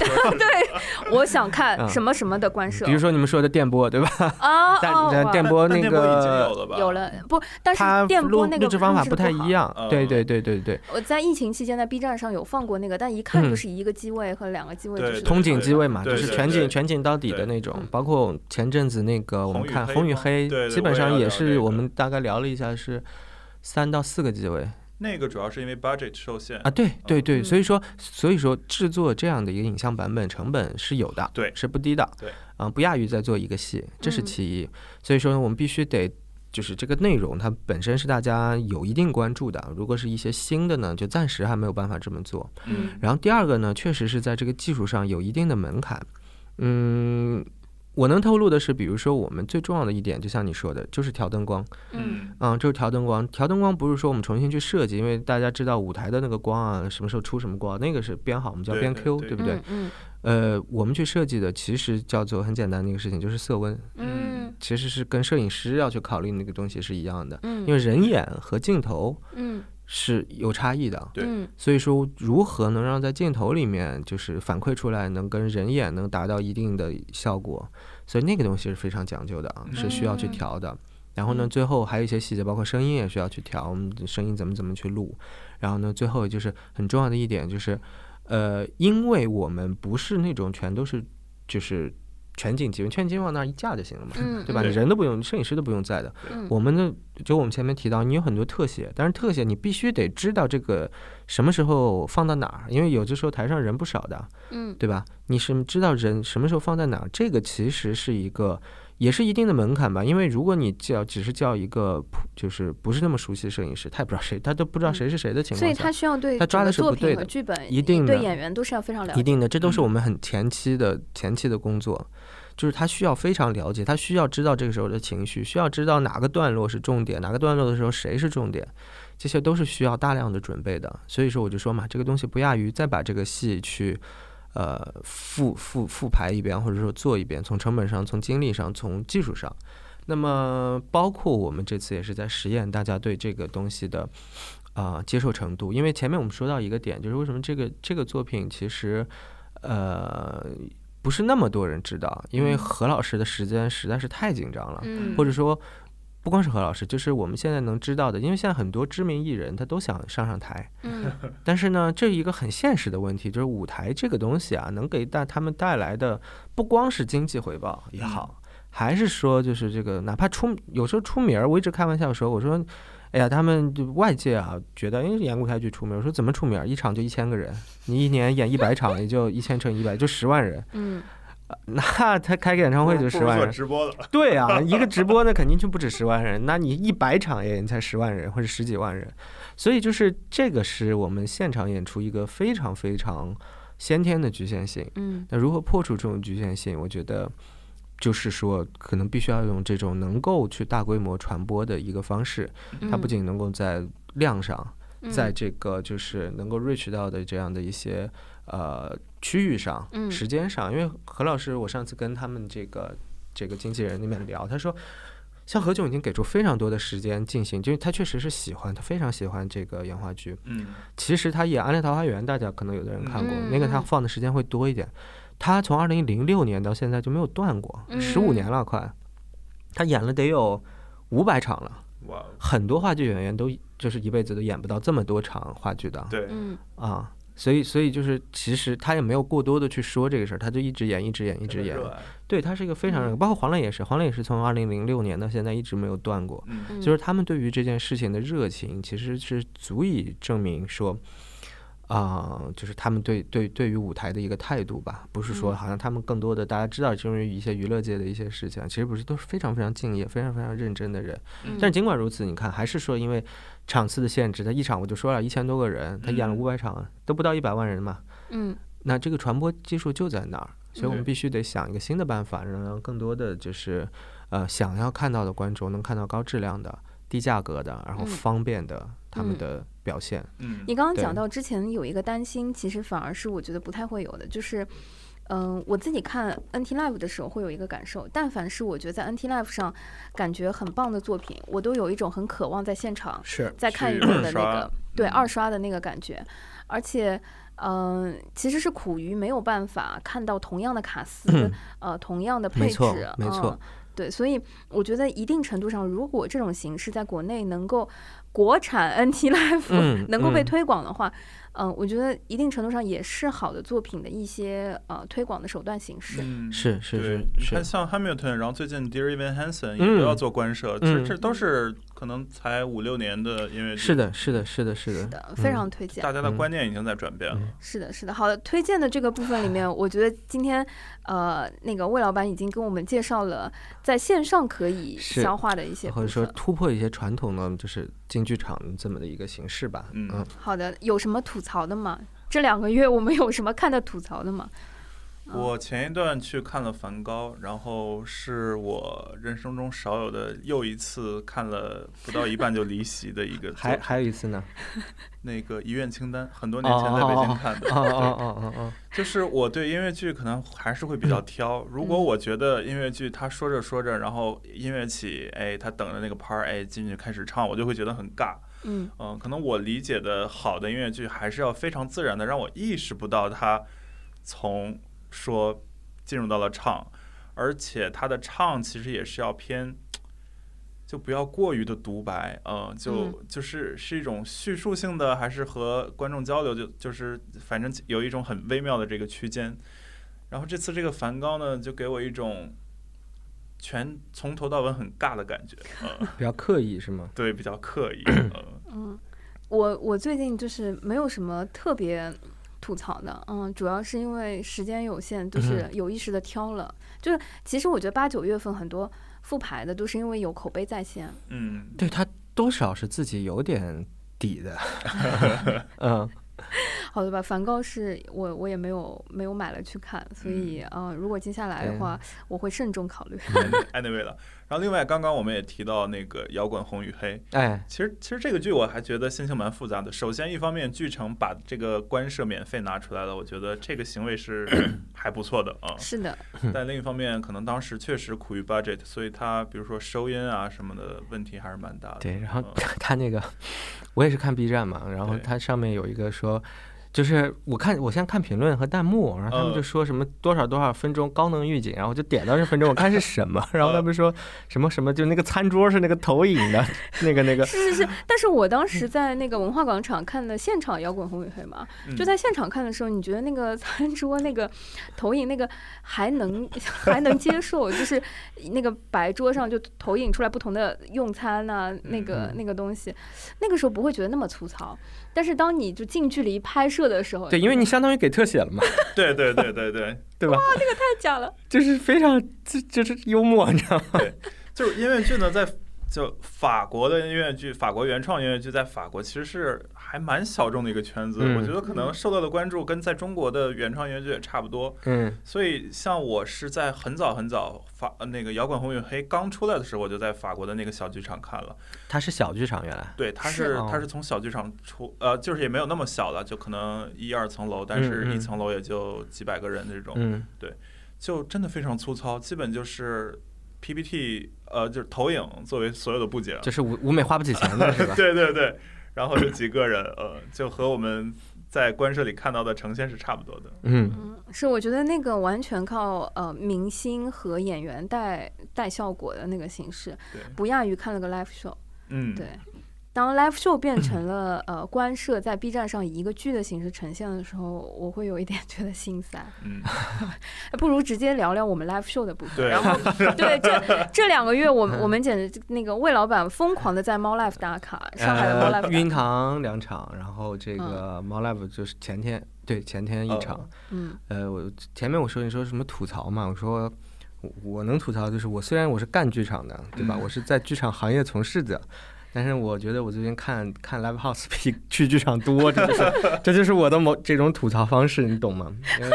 S2: 我想看
S4: 啊
S2: 什么什么的官摄
S4: 比如说你们说的电波，对吧？
S2: 啊，
S4: 但
S2: 哦
S4: 但
S2: 哇
S4: 电波
S3: 那
S4: 那
S3: 波已经
S4: 个
S3: 有了吧？
S2: 有了不？但
S4: 它
S2: 是电波
S4: 录
S2: 那个
S4: 录制方法不太
S2: 好
S4: 一样
S3: 嗯。
S4: 对对对对对，
S2: 我在疫情期间在 B 站上有放过那个，但一看就
S4: 嗯
S2: 是一个机位和两个机位，就
S3: 对
S2: 是
S4: 通景机位嘛，
S3: 对
S4: 就
S3: 对
S4: 是
S3: 对
S4: 全
S3: 对
S4: 景全景到底的那种
S2: 嗯。
S4: 包括前阵子那个我们看《红与黑
S3: 对》，对
S4: 基本
S3: 我
S4: 上
S3: 也要
S4: 也
S3: 聊这
S4: 是
S3: 个
S4: 我们大概聊了一下是。三到四个机位
S3: 那个主要是因为 budget 受限
S4: 啊，，对对对，
S2: 嗯
S4: 所以说所以说制作这样的一个影像版本成本是有的，
S3: 对
S4: 是不低的，
S3: 对
S4: 啊、不亚于在做一个戏，这是
S2: 嗯
S4: 其一。所以说我们必须得就是这个内容它本身是大家有一定关注的，如果是一些新的呢，就暂时还没有办法这么做。
S2: 嗯
S4: 然后第二个呢，确实是在这个技术上有一定的门槛。嗯，我能透露的是，比如说我们最重要的一点，就像你说的，就是调灯光。
S2: 嗯
S3: 嗯
S4: 嗯，就是调灯光。调灯光不是说我们重新去设计，因为大家知道舞台的那个光啊，什么时候出什么光，那个是编好，我们叫
S3: 对
S4: 编
S3: 对
S4: Q，
S3: 对
S4: 不对？
S2: 嗯
S4: 呃，我们去设计的其实叫做很简单的一个事情，就是色温，
S2: 嗯
S4: 其实是跟摄影师要去考虑那个东西是一样的，
S2: 嗯，
S4: 因为人眼和镜头
S2: 嗯
S4: 是有差异的。
S3: 对
S2: 嗯
S4: 所以说，如何能让在镜头里面就是反馈出来，能跟人眼能达到一定的效果，所以那个东西是非常讲究的啊，是需要去
S2: 嗯
S4: 调的。然后呢，最后还有一些细节，包括声音也需要去调，我们的声音怎么怎么去录。然后呢，最后就是很重要的一点就是，呃，因为我们不是那种全都是就是全景机位，全景机位往那儿一架就行了嘛，
S2: 嗯
S4: 对吧？你
S3: 对
S4: 人都不用，摄影师都不用在的。
S2: 嗯
S4: 我们的就我们前面提到，你有很多特写，但是特写你必须得知道这个什么时候放到哪儿，因为有的时候台上人不少的，
S2: 嗯
S4: 对吧？你是知道人什么时候放在哪儿，这个其实是一个也是一定的门槛吧。因为如果你叫只是叫一个普就是不是那么熟悉的摄影师，他也不知道谁，他都不知道谁是谁的情
S2: 嗯所
S4: 况
S2: 以
S4: 下
S2: 他，需要对
S4: 他抓
S2: 整
S4: 的
S2: 个
S4: 是
S2: 作
S4: 不对
S2: 品和
S4: 的
S2: 剧本，
S4: 一定
S2: 对
S4: 的
S2: 演员都是要非常了
S4: 一
S2: 解。
S4: 定的，这都是
S3: 嗯
S4: 我们很前期的前期的工作。就是他需要非常了解，他需要知道这个时候的情绪，需要知道哪个段落是重点，哪个段落的时候谁是重点，这些都是需要大量的准备的。所以说，我就说嘛，这个东西不亚于再把这个戏去，呃，复复复排一遍，或者说做一遍，从成本上、从精力上、从技术上。那么，包括我们这次也是在实验大家对这个东西的，呃，接受程度。因为前面我们说到一个点，就是为什么这个这个作品其实，呃，不是那么多人知道，因为
S2: 嗯
S4: 何老师的时间实在是太紧张了。
S2: 嗯，
S4: 或者说不光是何老师，就是我们现在能知道的，因为现在很多知名艺人他都想上上台，
S2: 嗯
S4: 但是呢，这一个很现实的问题就是舞台这个东西啊，能给带他们带来的不光是经济回报也好，还是说就是这个哪怕出有时候出名儿，我一直开玩笑说，我说。哎呀，他们就外界啊，觉得因为演舞台剧出名儿，我说怎么出名儿？一场就一千个人，你一年演一百场，也就一千乘一百，就十万人。
S2: 嗯
S4: 那他开个演唱会就
S3: 不
S4: 十
S3: 如
S4: 万
S3: 做
S4: 人，
S3: 直播了，
S4: 对啊，一个直播那肯定就不止十万人，那你一百场也才十万人或者十几万人，所以就是这个是我们现场演出一个非常非常先天的局限性。
S2: 嗯
S4: 那如何破除这种局限性？我觉得就是说，可能必须要用这种能够去大规模传播的一个方式，
S2: 嗯，
S4: 它不仅能够在量上，
S2: 嗯
S4: 在这个就是能够 reach 到的这样的一些呃区域上、
S2: 嗯
S4: 时间上，因为何老师，我上次跟他们这个这个经纪人那边聊，他说。像何炅已经给出非常多的时间进行，就是他确实是喜欢，他非常喜欢这个演话剧。
S3: 嗯，
S4: 其实他演《暗恋桃花源》，大家可能有的人看过，
S2: 嗯
S4: 那个他
S2: 嗯
S4: 放的时间会多一点。他从二零零六年到现在就没有断过，十
S2: 嗯
S4: 五年了快。他演了得有五百场了，
S3: 哇，哦
S4: 很多话剧演员都就是一辈子都演不到这么多场话剧的
S3: 对，
S2: 嗯
S4: 啊，所以所以就是其实他也没有过多的去说这个事儿，他就一直演，一直演，一直演。
S3: 热爱，
S4: 对，他是一个非常
S2: 嗯
S4: 热爱，包括黄磊也是，黄磊也是从二零零六年到现在一直没有断过，
S3: 嗯，
S2: 嗯
S4: 就是他们对于这件事情的热情，其实是足以证明说。啊、就是他们对对对于舞台的一个态度吧，不是说
S2: 嗯
S4: 好像他们更多的大家知道，就是一些娱乐界的一些事情，其实不是，都是非常非常敬业、非常非常认真的人。
S2: 嗯
S4: 但尽管如此，你看，还是说因为场次的限制，他一场我就说了一千多个人，他演了
S3: 嗯
S4: 五百场，都不到一百万人嘛。
S2: 嗯
S4: 那这个传播技术就在那儿，所以我们
S3: 对
S4: 必须得想一个新的办法，能让更多的就是呃想要看到的观众能看到高质量的、低价格的，然后
S2: 嗯
S4: 方便的他们
S2: 嗯
S4: 的表现。
S3: 嗯，
S2: 你刚刚
S4: 对
S2: 讲到之前有一个担心，其实反而是我觉得不太会有的，就是，嗯、我自己看 NT Live 的时候会有一个感受，但凡是我觉得在 NT Live 上感觉很棒的作品，我都有一种很渴望在现场
S4: 是，
S2: 再看一
S3: 去
S2: 遍
S3: 二
S2: 的那
S3: 刷
S2: 个，对
S3: 嗯
S2: 二刷的那个感觉，而且。嗯、其实是苦于没有办法看到同样的卡司，呃，同样的
S4: 嗯没
S2: 配置
S4: 错，没错
S2: 嗯，对，所以我觉得一定程度上，如果这种形式在国内能够国产 NT Life、
S4: 嗯
S2: 能够被
S4: 嗯
S2: 推广的话，嗯、我觉得一定程度上也是好的作品的一些呃推广的手段形式。
S3: 嗯
S4: 是是
S3: 对
S4: 是
S3: 你看
S4: 是，
S3: 像 Hamilton，然后最近 Dear Evan Hansen 也
S4: 嗯
S3: 都要做官设，其实
S4: 嗯
S3: 这都是可能才五六年的音乐剧，
S4: 是，的，是的，是的，是的，
S2: 的，非
S4: 嗯
S2: 常推荐。
S3: 大家的
S4: 嗯
S3: 观念已经在转变了，
S2: 是的，是的。好的，推荐的这个部分里 面，我觉得今天呃，那个魏老板已经跟我们介绍了在线上可以
S4: 是
S2: 消化的一些部
S4: 或者
S2: 分。
S4: 说突破一些传统的就是京剧场这么的一个形式吧。
S3: 嗯
S4: 嗯
S2: 好的，有什么吐槽的吗？这两个月我们有什么看的吐槽的吗？嗯
S3: 我前一段去看了《梵高》，然后是我人生中少有的又一次看了不到一半就离席的一个作
S4: 还
S3: 品，
S4: 还有一次呢？
S3: 那个《遗愿清单》，很多年前在北京看的。
S4: 哦哦哦哦哦，
S3: 就是我对音乐剧可能还是会比较
S4: 嗯
S3: 挑。如果我觉得音乐剧他说着说着，然后音乐起，哎，他等着那个拍儿，哎，进去开始唱，我就会觉得很尬。
S2: 嗯
S3: 嗯、可能我理解的好的音乐剧还是要非常自然的让我意识不到它从说进入到了唱，而且它的唱其实也是要偏。就不要过于的独白，嗯，就就是是一种叙述性的，还是和观众交流，就就是反正有一种很微妙的这个区间。然后这次这个梵高呢，就给我一种全从头到尾很尬的感觉，嗯，
S4: 比较刻意是吗？
S3: 对，比较刻意，嗯，
S2: 嗯，我我最近就是没有什么特别吐槽的，嗯，主要是因为时间有限，
S4: 嗯
S2: 就是有意识的挑了。就是其实我觉得八九月份很多复排的都是因为有口碑在先，
S3: 嗯，
S4: 对他多少是自己有点底 的，嗯，
S2: 好的吧？梵高是我我也没有没有买了去看，所以嗯、呃如果接下来的话，我会慎重考虑。
S4: 嗯
S3: anyway 了。然后另外，刚刚我们也提到那个摇滚红与黑，
S4: 哎，
S3: 其实其实这个剧我还觉得心情蛮复杂的。首先，一方面剧城把这个官设免费拿出来了，我觉得这个行为 是还不错的 啊。
S2: 是的，
S3: 但另一方面，可能当时确实苦于 budget，所以它比如说收音啊什么的问题还是蛮大的。
S4: 对，然后
S3: 嗯
S4: 他他那个，我也是看 B 站嘛，然后
S3: 对
S4: 它上面有一个说，就是我看我现在看评论和弹幕，然后他们
S3: 嗯
S4: 就说什么多少多少分钟高能预警，然后我就点到这分钟，我看是 什么，然后他们说什么什么，就那个餐桌是那个投影的， 那个 那个，
S2: 是是是。但是我当时在那个文化广场看的现场摇滚红与黑嘛，
S3: 嗯
S2: 就在现场看的时候，你觉得那个餐桌、那个投影、那个还能 还能接受，就是那个白桌上就投影出来不同的用餐呐、那
S4: 嗯
S2: 个那个东西，那个时候不会觉得那么粗糙。但是当你就近距离拍摄的时候，
S4: 对，因为你相当于给特写了嘛，
S3: 对对对对对，
S4: 对吧？
S2: 太假了，
S4: 就是非常这就是幽默，你知道吗？
S3: 就是音乐剧呢，在就法国的音乐剧，法国原创音乐剧在法国其实是还蛮小众的一个圈子。
S4: 嗯
S3: 我觉得可能受到的关注跟在中国的原创音乐剧也差不多。
S4: 嗯
S3: 所以像我是在很早很早法呃那个摇滚红与黑刚出来的时候，我就在法国的那个小剧场看了。，
S4: 它是小剧场原来，
S3: 对，它
S2: 是
S3: 是
S4: 哦
S3: 它是从小剧场出，呃，就是也没有那么小了，就可能一二层楼，但是
S4: 嗯
S3: 一层楼也就几百个人这种。
S4: 嗯
S3: 就真的非常粗糙，基本就是 PPT，呃，就是投影作为所有的布景。
S4: 就是舞舞美花不起钱的是吧？
S3: 对对对，然后就几个人，呃，就和我们在官社里看到的呈现是差不多的。
S4: 嗯，
S2: 嗯，是我觉得那个完全靠呃明星和演员带带效果的那个形式，
S3: 对，
S2: 不亚于看了个 live show。
S3: 嗯，
S2: 对，当 live show 变成了呃官摄在 B 站上以一个剧的形式呈现的时候，我会有一点 觉得心塞，哎
S3: 嗯，
S2: 不如直接聊聊我们 live show 的部分。
S3: 对
S2: 然后 对这 这两个月，我
S4: 嗯
S2: 们我们简直那个魏老板疯狂的在猫 life 打卡，上海的猫 life 打卡
S4: 呃，云堂两场，然后这个猫 live 就是前天，对前天一场，
S2: 嗯
S4: 呃，我前面我说你说什么吐槽嘛，我说我我能吐槽就是我虽然我是干剧场的，对吧？我是在剧场行业从事的。但是我觉得我最近看看 live house 比去剧场多，这就是这就是我的某这种吐槽方式，你懂吗？因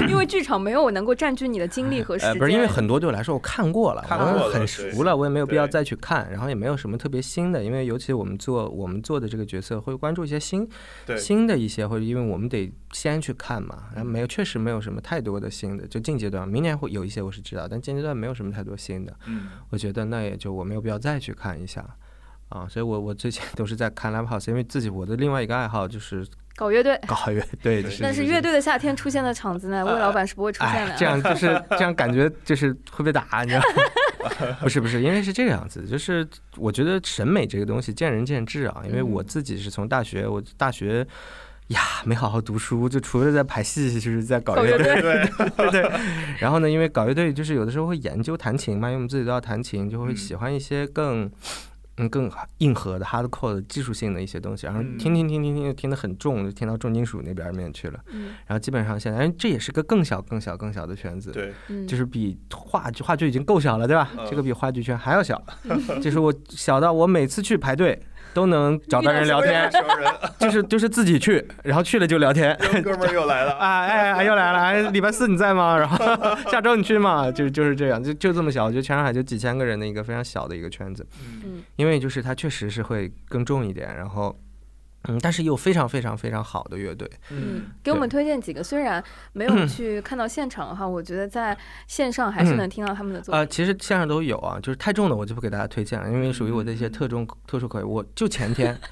S4: 为
S2: 因为剧场没有能够占据你的精力和时
S4: 呃，
S2: 间，
S4: 不是因为很多对我来说我看过了，
S3: 看过了
S4: 我很熟了，我也没有必要
S3: 对
S4: 再去看，然后也没有什么特别新的，因为尤其我们做我们做的这个角色会关注一些新
S3: 对，
S4: 新的一些，或者因为我们得先去看嘛，然后没有确实没有什么太多的新的，就近阶段，明年会有一些我是知道，但近阶段没有什么太多新的，
S3: 嗯，
S4: 我觉得那也就我没有必要再去看一下。啊，所以我我最近都是在看 live house，因为自己我的另外一个爱好就是
S2: 搞乐队。
S4: 搞乐队，就是啊
S2: 但是乐队的夏天出现的场子呢，魏老板是不会出现
S4: 哎
S2: 的。，
S4: 这样就是这样，感觉就是会被打，你知道吗？不是不是，因为是这个样子，就是我觉得审美这个东西见仁见智啊。因为我自己是从大学，我大学呀没好好读书，就除了在排戏，就是在搞
S2: 搞
S4: 乐
S2: 乐
S4: 队。
S2: 队，
S3: 对，
S4: 对对。然后呢，因为搞乐队就是有的时候会研究弹琴嘛，因为我们自己都要弹琴，就会
S3: 嗯
S4: 喜欢一些更。嗯，更硬核的、hardcore 的技术性的一些东西，然后
S3: 嗯
S4: 听听听听听，就听得很重，就听到重金属那边面去了。
S2: 嗯
S4: 然后基本上现在，哎，这也是个更小、更小、更小的圈子，
S3: 对，
S2: 嗯，
S4: 就是比话剧话剧已经够小了，对吧？
S3: 嗯
S4: 这个比话剧圈还要 小，就是我小到我每次去排队都能找到人聊天，
S3: 熟人，
S4: 就是就是自己去，然后去了就聊天。
S3: 又 哥们儿又来 了，
S4: 啊哎哎，又来了！哎，礼拜四你在吗？然 后下周你去吗？就就是这样，就就这么小。我觉得全上海就几千个人的一个非常小的一个圈子，
S3: 嗯
S4: 因为就是它确实是会更重一点，然后嗯，但是又非常非常非常好的乐队，
S2: 嗯，给我们推荐几个，虽然没 有去看到现场的话，我觉得在线上还是能听到他们的作
S4: 啊，
S2: 品。
S4: 其实线上都有啊，就是太重的我就不给大家推荐了，因为属于我的一些特重特殊口味。我就前天呃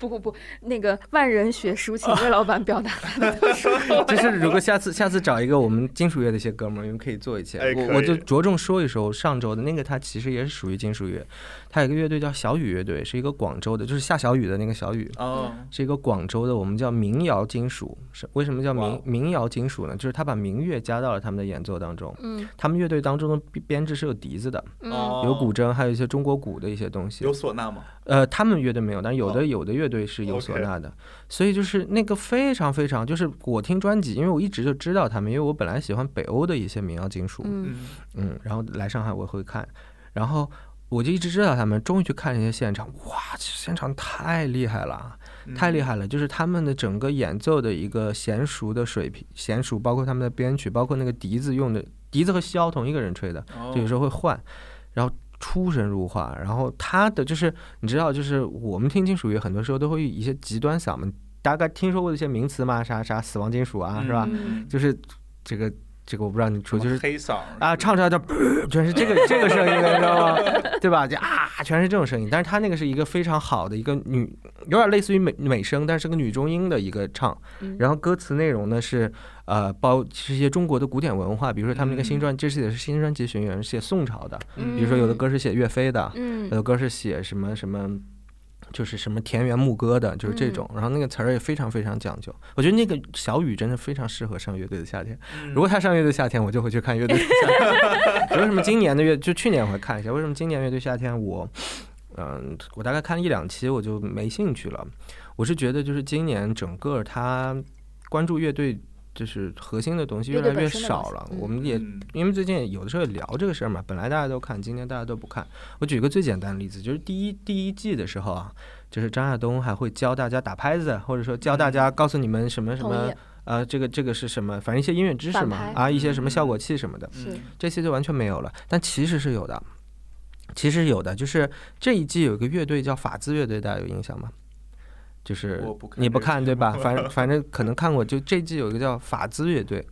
S2: 不不不，那个万人学抒情魏老板表达他 的特殊口 味
S4: 啊就是如果下次下次找一个我们金属乐的一些哥们儿，你们可以做
S2: 嗯
S4: 一期，
S3: 哎可
S4: 我
S3: 以
S4: 我就着重说一说上周的那个，它其实也是属于金属乐，它有一个乐队叫小雨乐队，是一个广州的，就是下小雨的那个小雨。
S3: 哦，
S4: 是一个广州的，我们叫民谣金属，是为什么叫
S3: 哇
S4: 民
S3: 哦
S4: 民谣金属呢？就是他把民乐加到了他们的演奏当中，
S2: 嗯
S4: 他们乐队当中的编编制是有笛子的，
S2: 嗯
S3: 哦
S4: 有古筝，还有一些中国鼓的一些东西
S3: 有。唢呐吗？
S4: 呃，他们乐队没有，但是有的、
S3: 哦
S4: 有的乐队是有
S3: OK
S4: 唢呐的，所以就是那个非常非常，就是我听专辑，因为我一直就知道他们，因为我本来喜欢北欧的一些民谣金属，
S2: 嗯，
S3: 嗯，
S4: 嗯，然后来上海我会看，然后我就一直知道他们，终于去看了一些现场，哇，这现场太厉害了，
S2: 嗯
S3: 嗯
S4: 太厉害了！就是他们的整个演奏的一个娴熟的水平，娴熟，包括他们的编曲，包括那个笛子用的，笛子和箫同一个人吹的，
S3: 害
S4: 就有时候会换，然后出神入化。然后他的就是你知道，就是我们听金属乐很多时候都会有一些极端嗓门，大概听说过的一些名词嘛，啥啥死亡金属啊，是吧？
S2: 嗯
S4: 就是这个这个我不知道你说，就是
S3: 黑嗓
S4: 啊，唱出来就 全是 这个这个声音的，你知道吗？对吧？就啊，全是这种声音。但是她那个是一个非常好的一个女，有点类似于美美声，但是个女中音的一个唱。
S2: 嗯
S4: 然后歌词内容呢是呃包是一些中国的古典文化，比如说他们那个新专，这次也是新专辑巡演，是写宋朝的，
S2: 嗯
S4: 比如说有的歌是呃写岳飞的，
S2: 嗯
S4: 有的歌是写什么什么。就是什么田园牧歌的，就是这
S2: 嗯
S4: 种，然后那个词儿也非常非常讲究。我觉得那个小雨真的非常适合上乐队的夏天。
S3: 嗯
S2: 嗯
S4: 如果他上乐队夏天，我就会去看乐队的夏 天。为什么今年的乐就去年我会看一下？为什么今年乐队夏天我，嗯、我大概看了一两期我就没兴趣了。我是觉得就是今年整个他关注乐队就是核心的东西越
S2: 乐队
S4: 来越
S2: 本身的东
S4: 少
S2: 西
S4: 了。
S2: 嗯
S4: 我们也因为最近有的时候也聊这个事儿嘛，本来大家都看，今天大家都不看。我举一个最简单的例子，就是第一第一季的时候啊，就是张亚东还会教大家打拍子，或者说教大
S2: 嗯
S4: 家告诉你们什么什
S2: 同
S4: 么
S2: 意
S4: 呃，这个这个是什么？反正一些音乐知识
S2: 反
S4: 嘛
S2: 拍，嗯
S4: 啊，一些什么效果器什么的，
S2: 是
S3: 嗯
S4: 这些就完全没有了。但其实是有的，其实是有的。就是这一季有一个乐队叫法兹乐队，大家有印象吗？就是
S3: 我不看
S4: 你
S3: 这
S4: 不
S3: 个
S4: 看 对吧？反正反正可能看过。就这一季有一个叫法兹乐队，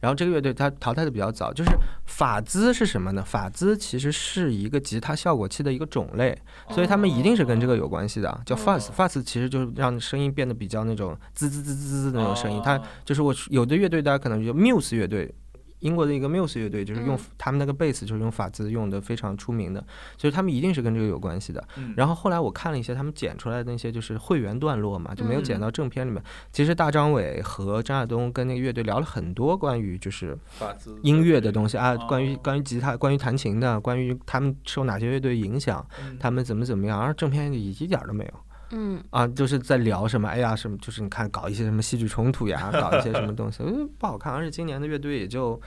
S4: 然后这个乐队它淘汰的比较早。就是法兹是什么呢？法兹其实是一个吉他效果器的一个种类，所以他们一定是跟这个有关系的啊，
S2: 哦
S4: 叫 fuzz。fuzz 其实就是让声音变得比较那种滋滋滋滋滋的那种
S3: 哦
S4: 声音，它就是我有的乐队大家可能就 Muse 乐队，英国的一个 Muse 乐队，就是用、
S2: 嗯
S4: 他们那个贝斯就是用法兹用的非常出名的，所以他们一定是跟这个有关系的。
S3: 嗯
S4: 然后后来我看了一些他们剪出来的那些就是会员段落嘛，就没有剪
S3: 嗯
S4: 到正片里面。其实大张伟和张亚东跟那个乐队聊了很多关于就是
S3: 法兹
S4: 音乐的东西啊，关于
S3: 哦
S4: 关于吉他、关于弹琴的，关于他们受哪些乐队影响，
S3: 嗯
S4: 他们怎么怎么样，而正片里一点儿都没有。
S2: 嗯
S4: 啊，就是在聊什么，哎呀，什么，就是你看搞一些什么戏剧冲 突呀，搞一些什么东西，我觉得不好看。而且今年的乐队也就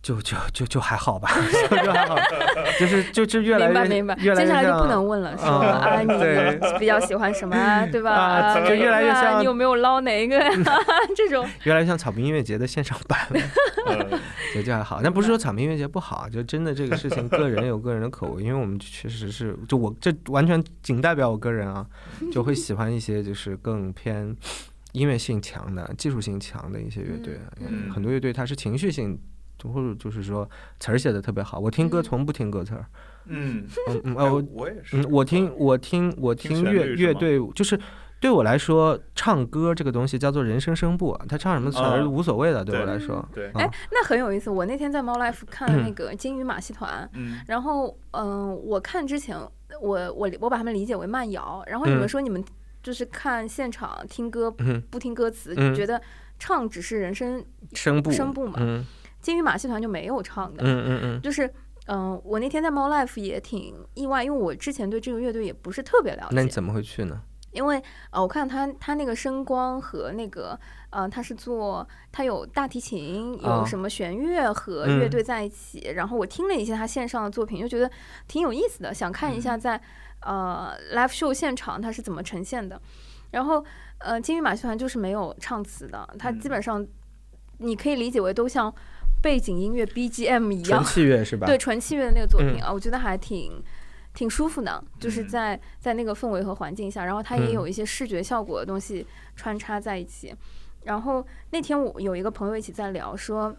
S4: 就就就就还好 吧，就就还好，就是就就越来
S2: 明
S4: 越
S2: 白明白，
S4: 越来
S2: 接
S4: 越
S2: 下来就不
S4: 像
S2: 能问 了，说
S4: 嗯
S2: 啊
S4: 对
S2: 你比较喜欢什么啊， 对吧？
S4: 啊
S2: 啊
S4: 就越来越
S2: 啊
S4: 像
S2: 你有没有捞哪一个 呀？ 这种
S4: 越来越像草莓音乐节的线上版了，
S3: 嗯
S4: 就就还好。但不是说草莓音乐节不好，啊就真的这个事情，个人有个人的口味，因为我们确实是，就我这完全仅代表我个 人啊，就会喜欢一些就是更偏音乐性强的、技术性强的一些乐队。啊
S2: 嗯
S3: 嗯
S4: 很多乐队它是情绪性，或者就是说词儿写的特别好。我听歌
S2: 嗯
S4: 从不听歌词儿，
S3: 嗯，
S4: 嗯嗯，
S3: 哎
S4: 呃，我
S3: 我也是
S4: 嗯，我听我听我
S3: 听
S4: 听
S3: 旋
S4: 乐
S3: 律是
S4: 乐
S3: 吗
S4: 队，就是对我来说，唱歌这个东西叫做人生声部，他唱什么词儿
S3: 啊
S4: 无所谓的，对我
S3: 对
S4: 来说。
S3: 对，
S4: 啊
S2: 哎，那很有意思。我那天在 猫 life 看了那个金鱼马戏团，
S3: 嗯
S2: 然后嗯、呃我看之前我我我把他们理解为慢摇，然后你
S4: 嗯
S2: 们说你们就是看现场听歌
S4: 嗯，
S2: 不听歌词，
S4: 嗯
S2: 觉得唱只是人声。
S4: 声部，
S2: 声部嘛
S4: 嗯
S2: 金鱼马戏团就没有唱的，
S4: 嗯嗯嗯
S2: 就是。嗯，我那天在猫 life 也挺意外，因为我之前对这个乐队也不是特别了
S4: 那你
S2: 解，
S4: 怎么会去 呢？
S2: 因为呃，我看他他那个声光和那个呃，他是做他有大提琴，
S4: 啊
S2: 有什么弦乐和
S4: 嗯
S2: 乐队在一起，然后我听了一些他线上的作品，就觉得挺有意思的，想看一
S4: 嗯
S2: 下在、呃 live show 现场他是怎么呈现的。然后呃，金鱼马戏团就是没有唱词的，它
S3: 嗯
S2: 基本上你可以理解为都像背景音乐 BGM 一
S4: 纯
S2: 样，
S4: 器乐是吧？
S2: 对，纯器乐的那个作品
S4: 嗯
S2: 啊，我觉得还挺挺舒服的，就是
S3: 嗯
S2: 在在那个氛围和环境下，然后它也
S4: 嗯
S2: 有一些视觉效果的东西穿插在一起。然后那天我有一个朋友一起在聊说，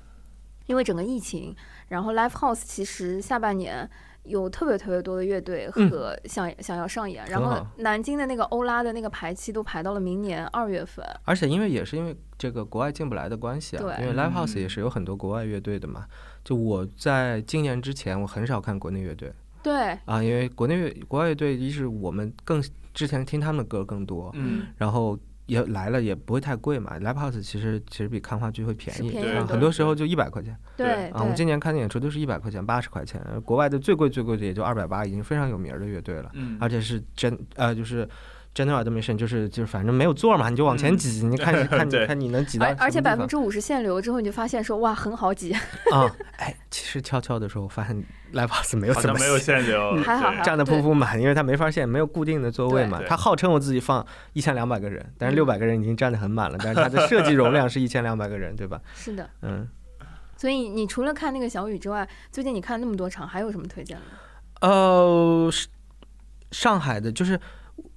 S2: 因为整个疫情，然后 Live House 其实下半年有特别特别多的乐队
S4: 嗯
S2: 和想、想要上演，然
S4: 很
S2: 后
S4: 好
S2: 南京的那个欧拉的那个排期都排到了明年二月份，
S4: 而且因为也是因为这个国外进不来的关系啊，
S2: 对
S4: 因为 live house
S3: 嗯
S4: 也是有很多国外乐队的嘛。就我在今年之前，我很少看国内乐队
S2: 对，
S4: 啊，因为国内乐国外乐队一是我们更之前听他们的歌更多，
S3: 嗯，
S4: 然后也来了也不会太贵嘛。live house 其实其实比看话剧会便
S2: 是
S4: 宜，
S2: 便
S3: 宜
S4: 啊
S3: 的
S4: 很多时候就一百块钱
S3: 对
S2: 对
S4: 啊。我们今年看的演出都是一百块钱、八十块钱，国外的最贵最贵的也就二百八，已经非常有名儿的乐队了。
S3: 嗯
S4: 而且是真呃，就是 general admission，就是就是反正没有座嘛，你就往前
S3: 嗯
S4: 挤，你看 你看你
S3: 对
S4: 看你能挤到
S2: 而而且
S4: 什么
S2: 百分
S4: 地方
S2: 之五十限流之后，你就发现说哇很好挤，
S4: 啊，哎，其实悄悄的时候，我发现 live house 没有
S3: 好
S4: 怎
S3: 像
S4: 么嗯
S3: 没 有
S4: 限
S3: 限流，
S2: 还好
S3: 对
S2: 还好
S4: 站的铺铺满，因为它没法限，没有固定的座位嘛。
S3: 对嗯
S4: 它号称我自己放一千两百个人，但是六百个人已经站得很满了，但是它的设计容量是一千两百个人，对吧？
S2: 是的。
S4: 嗯。
S2: 所以你除了看那个小雨之外，最近你看那么多场，还有什么推荐的吗？
S4: 呃，是上海的，就是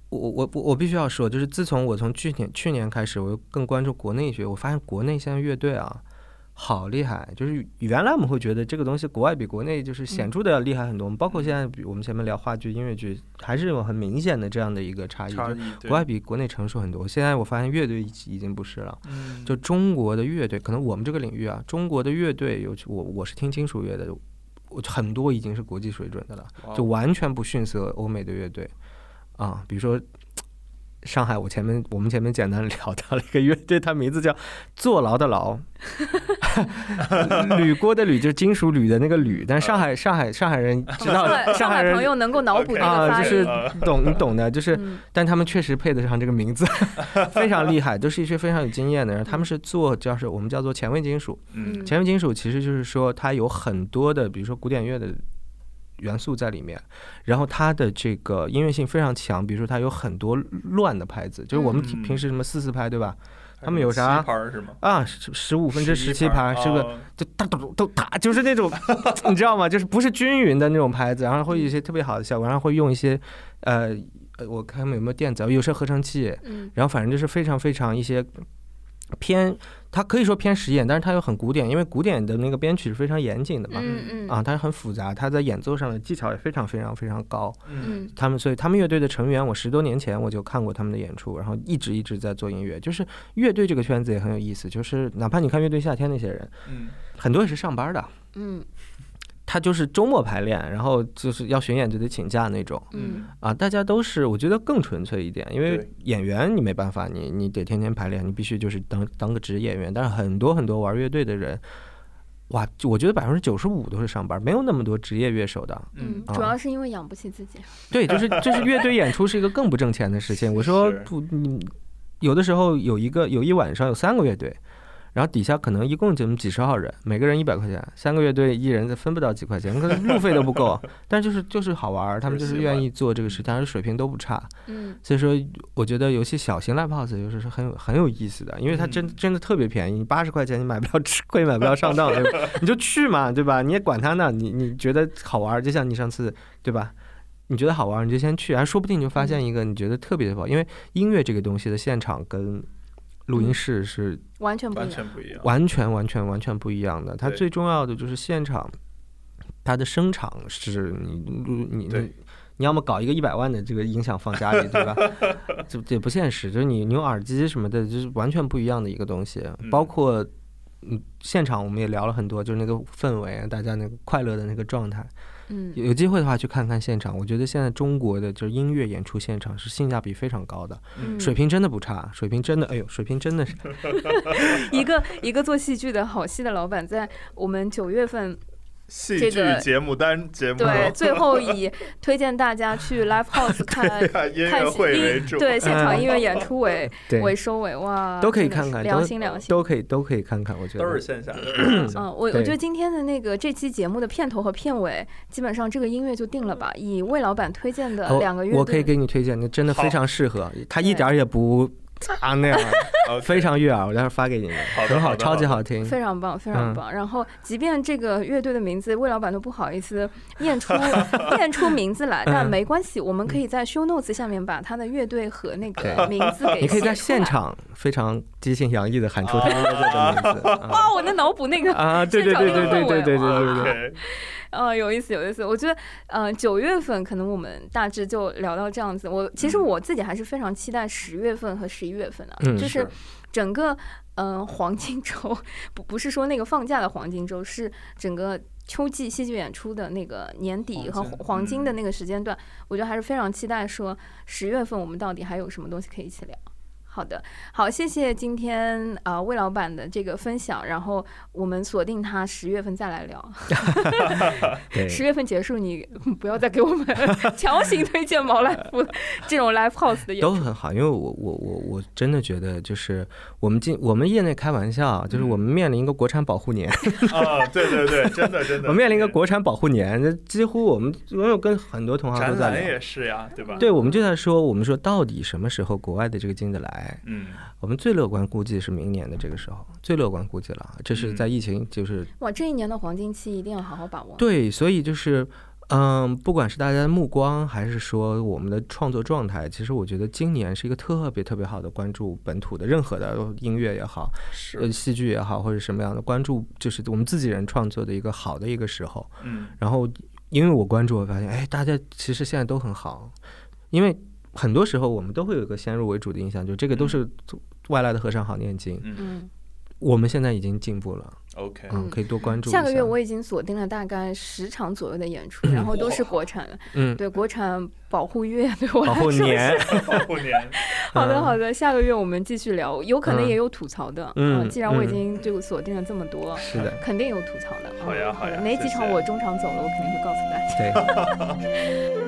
S4: 我我我我必须要说，就是自从我从去年去年开始，我又更关注国内乐，我发现国内现在乐队啊。好厉害！就是原来我们会觉得这个东西国外比国内
S3: 嗯
S4: 就是显著的要厉害很多。我们包括现在比我们前面聊话剧、音乐剧，还是有很明显的这样的一个差异。
S3: 差
S4: 就
S3: 异，对
S4: 国外比国内成熟很多。现在我发现乐队已已经不是了，
S3: 嗯
S4: 就中国的乐队，可能我们这个领域啊，中国的乐队，尤其我我是听金属乐的，我很多已经是国际水准的了，
S3: 哇
S4: 就完全不逊色欧美的乐队啊。比如说上海，我前面我们前面简单聊到了一个乐队，它名字叫坐牢的牢， 铝锅的铝就是金属铝的那个铝，但上海上海上海人知道
S2: 上海
S4: 的，
S2: 上
S4: 海
S2: 海朋
S4: 人
S2: 友能够脑补这个
S4: 啊，
S2: 发
S4: 就
S2: 音，
S4: 是
S3: 呃
S4: 懂你懂的，就是。
S2: 嗯
S4: 但他们确实配得上这个名字， 非常厉害，都是一些非常有经验的人。他们是做叫是我们叫做前卫金属，
S3: 嗯
S4: 前卫金属其实就是说它有很多的，比如说古典乐的元素在里面，然后它的这个音乐性非常强，比如说它有很多乱的拍子，就是我们
S3: 嗯
S4: 平时什么四四拍对吧？
S3: 还
S4: 他们有
S3: 七
S4: 啥
S3: 拍儿是吗？
S4: 啊，十十五分之十七拍是个
S3: 哦
S4: 就哒哒都哒，就是那种 你知道吗？就是不是均匀的那种拍子，然后会有一些特别好的效果，然后会用一些呃呃，我看他们有没有电子，有时候合成器。
S2: 嗯
S4: 然后反正就是非常非常一些偏，它可以说偏实验，但是它又很古典，因为古典的那个编曲是非常严谨的嘛，
S2: 嗯嗯
S4: 啊，它很复杂，它在演奏上的技巧也非常非常非常高。
S3: 嗯
S2: 嗯
S4: 他们所以他们乐队的成员，我十多年前我就看过他们的演出，然后一直一直在做音乐。就是乐队这个圈子也很有意思，就是哪怕你看乐队夏天那些人，
S3: 嗯，
S4: 很多也是上班的。
S2: 嗯
S4: 他就是周末排练，然后就是要巡演就得请假那种
S2: 嗯
S4: 啊！大家都是我觉得更纯粹一点，因为
S3: 对
S4: 演员你没办法，你你得天天排练，你必须就是当当个职业演员。但是很多很多玩乐队的人，哇，就我觉得百分之九十五都是上班，没有那么多职业乐手的。
S2: 嗯，
S4: 啊
S2: 主要是因为养不起自己。
S4: 对，就是就是乐队演出是一个更不挣钱的事 情。我说
S3: 是
S4: 不，你有的时候有一个有一晚上有三个乐队，然后底下可能一共就几十号人，每个人一百块钱，三个乐队一人分不到几块钱，可能路费都不够。 但就是就是好玩儿，他们
S3: 就
S4: 就是是
S3: 喜欢嗯
S4: 愿意做这个事，但是水平都不差。
S2: 嗯
S4: 所以说，我觉得有些小型 live house 就是是很有很有意思的，因为它真
S3: 嗯
S4: 真的特别便宜，你八十块钱你买不了吃亏，买不了上当， 对吧？你就去嘛，对吧？你也管他呢，你你觉得好玩儿，就像你上次对吧？你觉得好玩儿，你就先去，然后说不定你就发现一个你觉得特别好，因为音乐这个东西的现场跟录音室是
S2: 完全不
S3: 完
S2: 一样。
S3: 全不一样，
S4: 完全完全完全不一样的。它
S3: 对
S4: 最重要的就是现场，它的声场是你录你你
S3: 对
S4: 你要么搞一个一百万的这个音响放家里，对 吧？这这也不现实，就是你你用耳机什么的，就是完全不一样的一个东西。
S3: 嗯
S4: 包括嗯，现场我们也聊了很多，就是那个氛围，啊大家那个快乐的那个状态。
S2: 嗯
S4: 有有机会的话去看看现场，我觉得现在中国的就是音乐演出现场是性价比非常高的，
S2: 嗯，
S4: 水平真的不差，水平真的，哎呦，水平真的是
S2: 一个一个做戏剧的好戏的老板，在我们九月份
S3: 嗯戏
S2: 这
S3: 剧
S2: 个
S3: 节目单节目
S2: 对 最后以推荐大家去 live house 看
S3: 看啊音
S2: 看
S3: 乐会为主，
S2: 对现场音乐演出为
S4: 嗯对。
S2: 为收尾哇，
S4: 都可以
S2: 真的
S4: 看
S2: 是
S4: 看，
S2: 良
S4: 都
S2: 心良心。
S4: 都可以都可以看看，我觉得
S3: 都是线下的
S2: 嗯，我我
S4: 对
S2: 觉得今天的那个这期节目的片头和片尾，基本上这个音乐就定了吧。以魏老板推荐的
S4: 我
S2: 两个乐队，
S4: 我可以给你推荐，那真的非常适合，它一点儿也不 啊那样，
S3: OK
S4: 非常悦耳，我待会儿发给你们，
S3: 嗯好的
S4: 很
S3: 好的
S4: 超级
S3: 好的
S4: 好听。
S2: 非常棒，非常
S4: 嗯
S2: 棒。然后，即便这个乐队的名字魏老板都不好意思念 出念出名字来，但
S4: 嗯
S2: 没关系，我们可以在 show notes 下面把他的乐队和那个
S4: 对
S2: 名字给
S4: 你可以
S2: 写
S4: 在
S2: 出
S4: 现
S2: 来。
S4: 场非常激情洋溢的喊 出他们乐队的名字啊
S2: 哇，我能脑补那个
S4: 啊！对对对对对对对对对对，
S3: OK，
S2: 呃，有意思，有意思。我觉得，呃，九月份可能我们大致就聊到这样子。我其实
S3: 嗯
S2: 我自己还是非常期待十月份和十一月份的、
S4: 嗯
S2: 就是
S3: 是
S2: 整个，嗯、黄金周不不是说那个放假的黄金周，是整个秋季戏剧演出的那个年底和
S3: 黄金
S2: 黄黄金的
S3: 嗯
S2: 那个时间段，我觉得还是非常期待说十月份我们到底还有什么东西可以一起聊。好的，好，谢谢今天啊、呃魏老板的这个分享，然后我们锁定他十月份再来聊。
S4: 对
S2: 十月份结束，你 不要再给我们 强行推荐毛来 福这种 live house 的演
S4: 都
S2: 出。
S4: 很好，因为我我我我真的觉得，就是我们进我们业内开玩笑
S3: 嗯
S4: 啊，就是我们面临一个国产保护 年，
S3: 啊，对对对，真的真的，
S4: 我们面临一个国产保护年，这几乎我们我有跟很多同行啊都
S3: 展
S4: 在
S3: 览
S4: 聊
S3: 也，是呀，对吧？
S4: 对，我们就在说，我们说到底什么时候国外的这个进得来？
S3: 嗯，
S4: 我们最乐观估计是明年的这个时候，最乐观估计了，这是在疫情就是
S2: 哇，这一年的黄金期一定要好好把握。
S4: 对，所以就是，嗯，不管是大家的目光，还是说我们的创作状态，其实我觉得今年是一个特别特别好的关注本土的任何的音乐也好，
S3: 是
S4: 呃，，戏剧也好，或者什么样的关注，就是我们自己人创作的一个好的一个时候。
S3: 嗯，
S4: 然后，因为我关注，我发现，哎，大家其实现在都很好，因为很多时候我们都会有一个先入为主的印象，就这个都是外来的和尚好念经。
S2: 嗯，
S4: 我们现在已经进步了，
S3: OK，
S4: 嗯，可以多关注一
S2: 下个月我已经锁定了大概十场左右的演出，然后都是国产的。
S4: 嗯，
S2: 对，国产保护月对 我
S4: 保
S2: 来说
S4: 护
S2: 是。
S4: 年，
S3: 保护年，
S2: 好的，
S4: 嗯
S2: 好的，下个月我们继续聊，有可能
S4: 嗯
S2: 也有吐槽的。
S4: 嗯
S2: 啊既然我已
S4: 嗯
S2: 经就锁定了这么多，
S4: 是的，
S2: 肯定有吐槽的。
S3: 好呀
S2: 嗯
S3: 好呀
S2: 哪
S3: 谢
S2: 几
S3: 谢
S2: 场我中场走了，我肯定会告诉大家。
S4: 对。